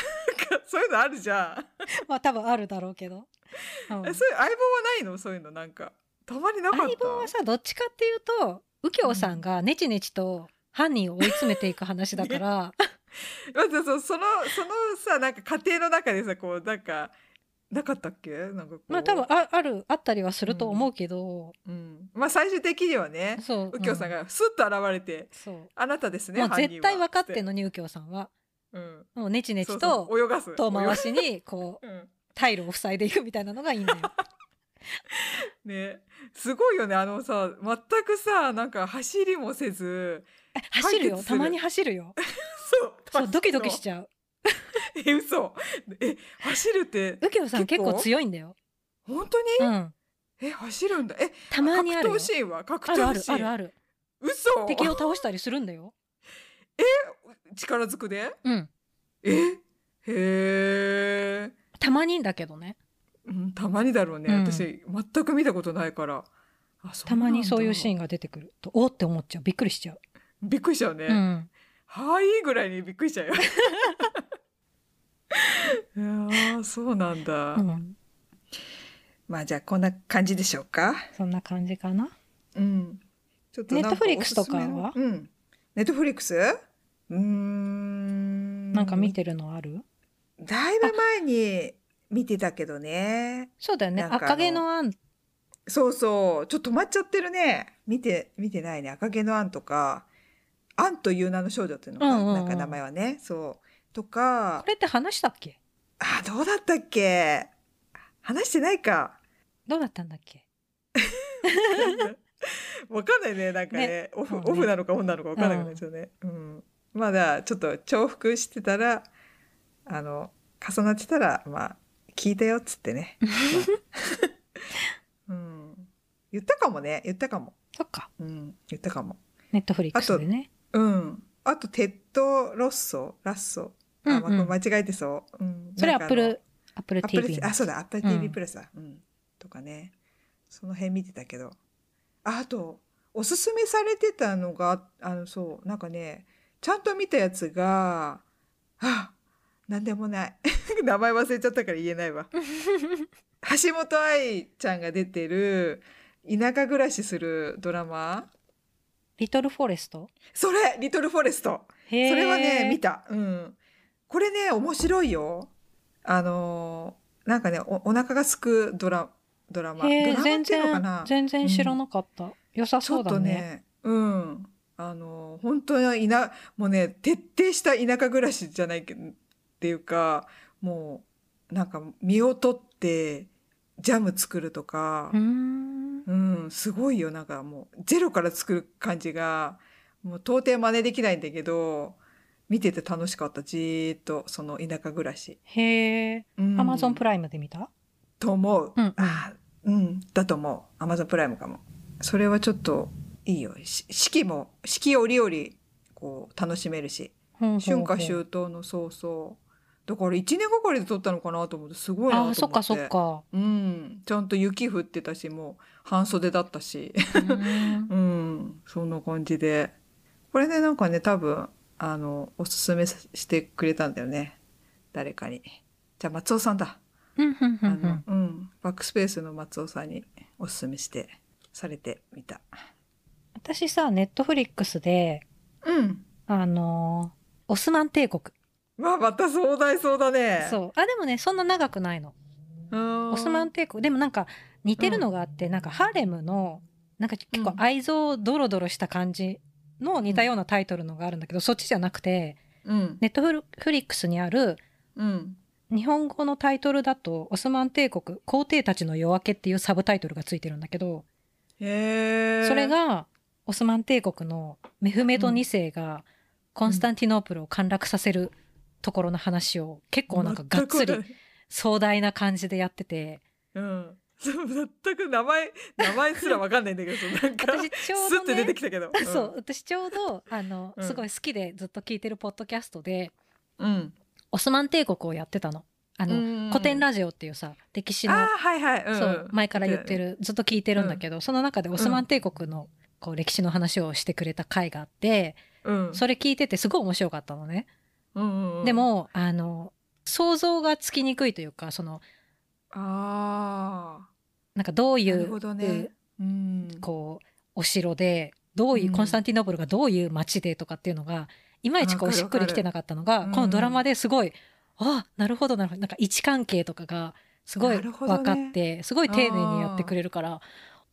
Speaker 1: そういうのあるじゃん。
Speaker 2: まあ多分あるだろうけど。うん
Speaker 1: えそういう相棒はないのそういうの、なんか。たまになかった。
Speaker 2: 相棒はさ、どっちかっていうと、右京さんがネチネチと犯人を追い詰めていく話 だから、
Speaker 1: まずそうその、そのさ、なんか家庭の中でさ、こう、なんか、なかったっけなんかこう。
Speaker 2: まあ多分あある、あったりはすると思うけど、
Speaker 1: うん。まあ、最終的にはね、
Speaker 2: そう。
Speaker 1: 右京さん
Speaker 2: う、
Speaker 1: がスッと現れて、
Speaker 2: そう。
Speaker 1: あなたですね、
Speaker 2: もう
Speaker 1: 犯人
Speaker 2: 絶
Speaker 1: は
Speaker 2: 対分かってん
Speaker 1: つ
Speaker 2: のに右京さんは。
Speaker 1: うん。
Speaker 2: もうネチネチ
Speaker 1: そう
Speaker 2: と
Speaker 1: そう泳がす
Speaker 2: 遠
Speaker 1: 泳が
Speaker 2: 回
Speaker 1: す
Speaker 2: しにこう
Speaker 1: うん
Speaker 2: 退路を塞いでいくみたいなのがいいんだよ。
Speaker 1: ね、すごいよね。あのさ、全くさ、なんか走りもせず、
Speaker 2: え走
Speaker 1: 解決
Speaker 2: るよ。
Speaker 1: する
Speaker 2: たまに走るよ。
Speaker 1: そう、
Speaker 2: そう、ドキドキしちゃう。
Speaker 1: ゃう。え、嘘。え、走るって、
Speaker 2: 右京さん
Speaker 1: 結
Speaker 2: 結
Speaker 1: 構
Speaker 2: 構強いんだよ。
Speaker 1: 本当に
Speaker 2: うん。
Speaker 1: え、走るんだ。え、
Speaker 2: たまにあるよ
Speaker 1: 格闘。シーンは格
Speaker 2: あるあ
Speaker 1: 闘
Speaker 2: る
Speaker 1: シー
Speaker 2: あ
Speaker 1: ン。
Speaker 2: るある。
Speaker 1: 嘘
Speaker 2: 敵を倒したりするんだよ。
Speaker 1: 力ずくで
Speaker 2: うん。
Speaker 1: えへー。
Speaker 2: たまにだけどね。
Speaker 1: うん、たまにだろうね。
Speaker 2: うん
Speaker 1: 私、全く見たことないから。あ
Speaker 2: たまにそういうシー
Speaker 1: ン。
Speaker 2: ンが出てくると、おーって思っちゃう。びっくりしちゃう。
Speaker 1: びっくりしちゃうね。
Speaker 2: うん。
Speaker 1: はいぐらいにびっくりしちゃう よ。いやーそうなんだ、
Speaker 2: うん。
Speaker 1: まあじゃあこんな感じでしょうか。
Speaker 2: そんな感じかな。
Speaker 1: うん。ちょっなん
Speaker 2: Netflix とかは
Speaker 1: おすすめのうん。ネットフリックスうーん。
Speaker 2: なんか見てるのある
Speaker 1: だいぶ前に見てたけどね。
Speaker 2: そうだよね。
Speaker 1: なんかあの
Speaker 2: 赤毛のアン。
Speaker 1: そうそう。ちょっと止まっちゃってるね。見て、見てないね。赤毛のアンとか、アンという名の少女っていうのかな、
Speaker 2: うんうんうん
Speaker 1: なんか名前はね。そう。とか
Speaker 2: こ、れって話したっけ
Speaker 1: あ、どうだったっけ話してないか。
Speaker 2: どうだったんだっけ
Speaker 1: わかんないね。なんかね、
Speaker 2: ね
Speaker 1: オフ、
Speaker 2: そうね
Speaker 1: オフなのかオンなのかわかんなくなっちゃうね。うん。まあ、だからちょっと重複してたら、あの、重なってたら、まあ、聞いたよっつって ね。まあうん。言ったかもね。言ったかも。
Speaker 2: そっか。
Speaker 1: うん。言ったかも。
Speaker 2: ネットフリックスでね。
Speaker 1: うん。あと、テッド・ロッソ、ラッソ。あ、
Speaker 2: うんうん
Speaker 1: まあ、間違えてそう。うん。
Speaker 2: それア
Speaker 1: なんかあ
Speaker 2: ップ
Speaker 1: の
Speaker 2: ル、アップル
Speaker 1: アップル
Speaker 2: TV の。
Speaker 1: あ、そうだ、アップル
Speaker 2: うん
Speaker 1: TV プラスだ。うん。とかね。その辺見てたけど。あ、あと、おすすめされてたのが、あの、そう、なんかね、ちゃんと見たやつが、あ、なんでもない。 名前忘れちゃったから言えないわ。橋本愛ちゃんが出てる、田舎暮らしするドラマ。
Speaker 2: リトルフォレスト
Speaker 1: それリトルフォレスト
Speaker 2: へえ。
Speaker 1: それはね、見た。うん。これね、面白いよ。あのーなんかね、おお腹がすくドラ、ドラマ。ド
Speaker 2: へ
Speaker 1: ラ
Speaker 2: え、
Speaker 1: マっ
Speaker 2: 全
Speaker 1: ていうのか
Speaker 2: 然
Speaker 1: な、
Speaker 2: 全然知らなかった。良さ
Speaker 1: ちょ
Speaker 2: そ
Speaker 1: っ
Speaker 2: う
Speaker 1: と
Speaker 2: だね。
Speaker 1: ね、うん。あのー本当に田、もうね、徹底した田舎暮らしじゃないけど、っていうか、もう、なんか、身を取って、ジャム作るとか
Speaker 2: う、ーん。
Speaker 1: うん、すごいよ。なんかもう、ゼロから作る感じが、もう到底真似できないんだけど、見てて楽しかった。じーっと、その田舎暮らし。
Speaker 2: へえ。
Speaker 1: うん
Speaker 2: アマゾンプライムで見た
Speaker 1: と思う。
Speaker 2: うんうん
Speaker 1: あーうん、だと思う。アマゾンプライムかも。それはちょっと、いいよ。し四季も、四季折々、こう、楽しめるし。春夏秋冬のそうそう。だから一年がかりで撮ったのかなと思って、すごいなと
Speaker 2: あ
Speaker 1: 思
Speaker 2: あ、
Speaker 1: って。
Speaker 2: そっかそっ。か。
Speaker 1: うん。ちゃんと雪降ってたし、もう、半袖だったし。
Speaker 2: うーん
Speaker 1: うん、そんな感じで。これね、なんかね、多分、あの、おすすめしてくれたんだよね。誰かに。じゃあ、松尾さんだ。
Speaker 2: うんうんう
Speaker 1: あ
Speaker 2: んう
Speaker 1: の
Speaker 2: ん、
Speaker 1: うん、バックスペースの松尾さんにおすすめして、されてみた。
Speaker 2: 私さ、ネットフリックスで、
Speaker 1: うん。
Speaker 2: あのーオスマン帝国。
Speaker 1: まあ、また壮大そうだね。う
Speaker 2: そう。あ、でもね、そんな長くないの。
Speaker 1: ーん。
Speaker 2: オスマン帝国。でもなんか似てるのがあって、なんかハーレムの、なんか結構
Speaker 1: うん
Speaker 2: 愛憎ドロドロした感じの似たようなタイトルのがあるんだけど、そっちじゃなくて、
Speaker 1: うん。
Speaker 2: ネットフリックスにある、
Speaker 1: うん。
Speaker 2: 日本語のタイトルだと、オスマン帝国、皇帝たちの夜明けっていうサブタイトルがついてるんだけど、
Speaker 1: へえ。
Speaker 2: それ、が、オスマン帝国のメフメド2世が、コンスタンティノープルを陥落させるところの話を、結構なんかがっつり。壮大な感じでやってて、
Speaker 1: うん。そう、全く名前、名前すらわかんないんだけど、そうなんか、
Speaker 2: 私ちょう
Speaker 1: スッ
Speaker 2: ど、
Speaker 1: て
Speaker 2: ね
Speaker 1: 出て、きたけど。ん
Speaker 2: そう、。私ちょうど、あの、
Speaker 1: うん
Speaker 2: すごい好きでずっと聞いてるポッドキャストで、
Speaker 1: うん。
Speaker 2: オスマン帝国をやってたの。あの、古典ラジオっていうさ、歴史の
Speaker 1: ああはいはい、うんん、
Speaker 2: そう前から言ってるずっと聞いてるんだけど、その中でオスマン帝国のこう歴史の話をしてくれた回があって、
Speaker 1: うん、
Speaker 2: それ聞いててすごい面白かったのね、
Speaker 1: うんうんうん
Speaker 2: でもあの想像がつきにくいというかその
Speaker 1: あ
Speaker 2: なんかどう
Speaker 1: あ
Speaker 2: い
Speaker 1: なるほ
Speaker 2: う
Speaker 1: どね、うん、
Speaker 2: こうお城でどういう、
Speaker 1: うん
Speaker 2: コンスタンティノープルがどういう街でとかっていうのがいまいちこ
Speaker 1: わか
Speaker 2: う
Speaker 1: る
Speaker 2: しっくりきてなかったのが、
Speaker 1: わかる
Speaker 2: このドラマですごい、あなるほどなるほどなんか位置関係とかがすごい
Speaker 1: なるほどね
Speaker 2: 分かって、すごい丁寧にやってくれるから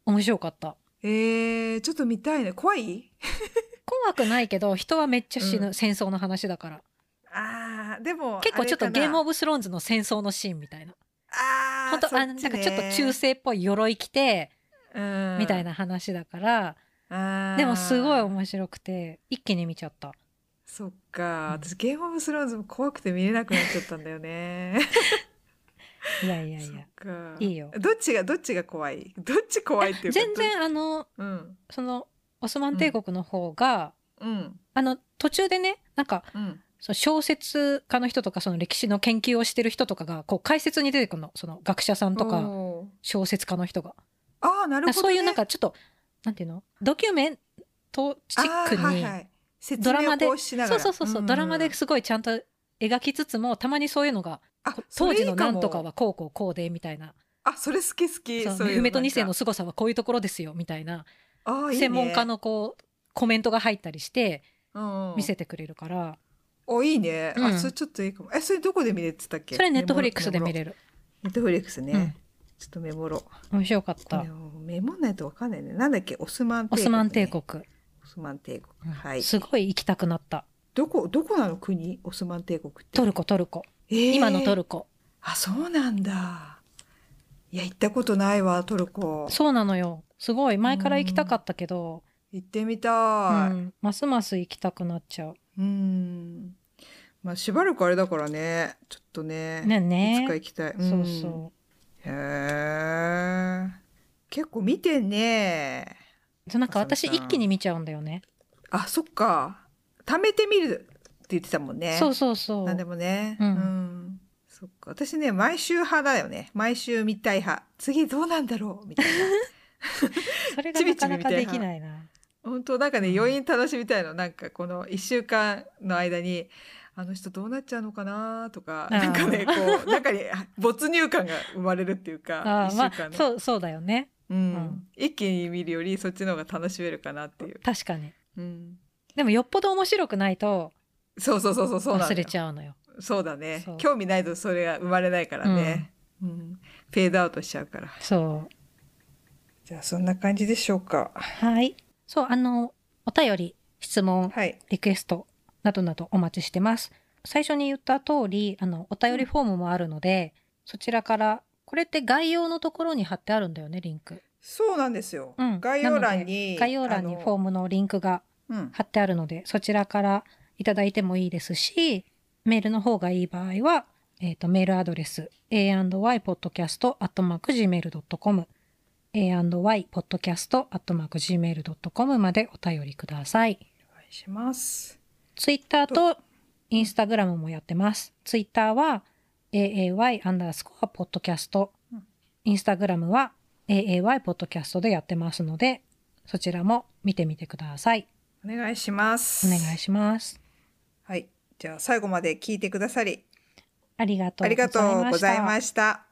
Speaker 2: 面白かった。
Speaker 1: えー、ちょっと見たいね怖い
Speaker 2: 怖くないけど人はめっちゃ死ぬ、
Speaker 1: うん
Speaker 2: 戦争の話だから
Speaker 1: あーでも
Speaker 2: 結構ちょっと
Speaker 1: あれかな
Speaker 2: ゲームオブスローンズの戦争のシーンみたいな
Speaker 1: ああー
Speaker 2: 本当
Speaker 1: そっ
Speaker 2: あ
Speaker 1: ち
Speaker 2: の
Speaker 1: ね
Speaker 2: なんかちょっと中世っぽい鎧着て
Speaker 1: うん
Speaker 2: みたいな話だから、
Speaker 1: あー
Speaker 2: でもすごい面白くて一気に見ちゃった
Speaker 1: そっか
Speaker 2: うん
Speaker 1: 私ゲームオブスローンズも怖くて見れなくなっちゃったんだよね
Speaker 2: い やいやい
Speaker 1: そっ
Speaker 2: や
Speaker 1: か
Speaker 2: いいよ
Speaker 1: どっちがどっちが怖いどっち怖いっていうか
Speaker 2: 全然あの
Speaker 1: どうん
Speaker 2: そのオスマン帝国の方が、
Speaker 1: うん
Speaker 2: あの途中でねなんか
Speaker 1: うん
Speaker 2: その小説家の人とかその歴史の研究をしてる人とかがこう解説に出てくるのその学者さんとか
Speaker 1: おー
Speaker 2: 小説家の人が。
Speaker 1: ああなるほど、ね、
Speaker 2: そういうなんかちょっとなんていうのドキュメントチックに、
Speaker 1: あーはいはい、説
Speaker 2: ドラ
Speaker 1: 明を
Speaker 2: マで
Speaker 1: こうしなが
Speaker 2: そう
Speaker 1: ら
Speaker 2: そうそうそう、
Speaker 1: んん
Speaker 2: ドラマですごいちゃんと描きつつもたまにそういうのが
Speaker 1: あ
Speaker 2: こ
Speaker 1: そ
Speaker 2: 当
Speaker 1: れい
Speaker 2: 時
Speaker 1: い
Speaker 2: の
Speaker 1: か
Speaker 2: な
Speaker 1: も
Speaker 2: んとかはこうこうこうでみたいな
Speaker 1: あそれ好き好き
Speaker 2: そう
Speaker 1: そういう
Speaker 2: 梅と二世
Speaker 1: なん
Speaker 2: の
Speaker 1: か
Speaker 2: 凄さはこういうところですよみたいな
Speaker 1: あーいいね
Speaker 2: 専門家のこうコメントが入ったりして
Speaker 1: うんうん
Speaker 2: 見せてくれるから、
Speaker 1: おいいね、
Speaker 2: う
Speaker 1: あ
Speaker 2: ん
Speaker 1: それちょっといいかもえそれどこで見れてたっけ
Speaker 2: それネットフリックスで見れ
Speaker 1: る
Speaker 2: る、
Speaker 1: ネットフリックスね、
Speaker 2: うん
Speaker 1: ちょっとメモろう
Speaker 2: 面白かっ
Speaker 1: こ
Speaker 2: た、
Speaker 1: れをメモんないとわかんないねなんだっけオスマン帝
Speaker 2: オ
Speaker 1: 国、ね、
Speaker 2: スマン帝国、
Speaker 1: オスマン帝
Speaker 2: うん
Speaker 1: 国はい
Speaker 2: すごい行きたくなった
Speaker 1: どこどこなの国オスマン帝国って
Speaker 2: トルコトルコ、今のトルコ
Speaker 1: コあそうなんだいや行ったことないわトルコ
Speaker 2: そうなのよすごい前から行きたかったけど、
Speaker 1: 行ってみ
Speaker 2: う
Speaker 1: たい、
Speaker 2: ん、ますます行きたくなっちゃう
Speaker 1: うーん。まあしばらくあれだからね、ちょっとね、
Speaker 2: ねね
Speaker 1: いつか行きたい。
Speaker 2: そ
Speaker 1: ん
Speaker 2: うそ
Speaker 1: へえ。結構見てんね。
Speaker 2: うそうなんか私
Speaker 1: 浅見さん
Speaker 2: 一気に見ちゃうんだよね
Speaker 1: あ、そっか。貯めてみるって言ってたもんね。
Speaker 2: そうそうそう
Speaker 1: なんでもね。
Speaker 2: うん
Speaker 1: んそっか。私ね、毎週派だよね。毎週見たい派。次どうなんだろうみたいな。
Speaker 2: それがなかなかできないな
Speaker 1: 本当なんかね
Speaker 2: うん
Speaker 1: 余韻楽しみたいの、なんかこの1週間の間にあの人どうなっちゃうのかなとか
Speaker 2: あー
Speaker 1: なんかねこう中にあ没入感が生まれるっていうか
Speaker 2: あ
Speaker 1: 1
Speaker 2: ー
Speaker 1: 週
Speaker 2: まあ
Speaker 1: 間の、
Speaker 2: そうそうだよね
Speaker 1: うん
Speaker 2: うん
Speaker 1: 一気に見るよりそっちの方が楽しめるかなっていう、
Speaker 2: 確かに
Speaker 1: うん、
Speaker 2: でもよっぽど面白くないと
Speaker 1: そうそうそうそうそうなん
Speaker 2: 忘
Speaker 1: だ
Speaker 2: れ
Speaker 1: よ
Speaker 2: ちゃうのよ
Speaker 1: そうだね
Speaker 2: そう
Speaker 1: 興味ないとそれが生まれないからね、うんフェードアウトしちゃうから
Speaker 2: そう
Speaker 1: じゃあそんな感じでしょうか
Speaker 2: はいそうあのお便り質問
Speaker 1: はい
Speaker 2: リクエストなどなどお待ちしてます。最初に言った通り、あの、お便りフォームもあるので、そちらから、これって概要のところに貼ってあるんだよね、リンク。
Speaker 1: そうなんですよ、
Speaker 2: うん
Speaker 1: 概要欄に
Speaker 2: 概要欄にフォー
Speaker 1: ム、
Speaker 2: ムのリンクが
Speaker 1: うん、
Speaker 2: 貼ってあるので、そちらからいただいてもいいですし、メールの方がいい場合は、えっ、と、メールアドレス、a&ypodcast.gmail.com、a&ypodcast.gmail.com までお便りください。
Speaker 1: お願いします
Speaker 2: ツイッターとインスタグラムもやってます。ツイッターは aay アンダースコアポッドキャスト
Speaker 1: うん。
Speaker 2: インスタグラムは aay ポッドキャストでやってますので、そちらも見てみてください。
Speaker 1: お願いします。
Speaker 2: お願いします。
Speaker 1: はい。じゃあ最後まで聞いてくださり、
Speaker 2: ありがと
Speaker 1: あ
Speaker 2: うご
Speaker 1: り
Speaker 2: ざい
Speaker 1: が
Speaker 2: ました。
Speaker 1: とうございました。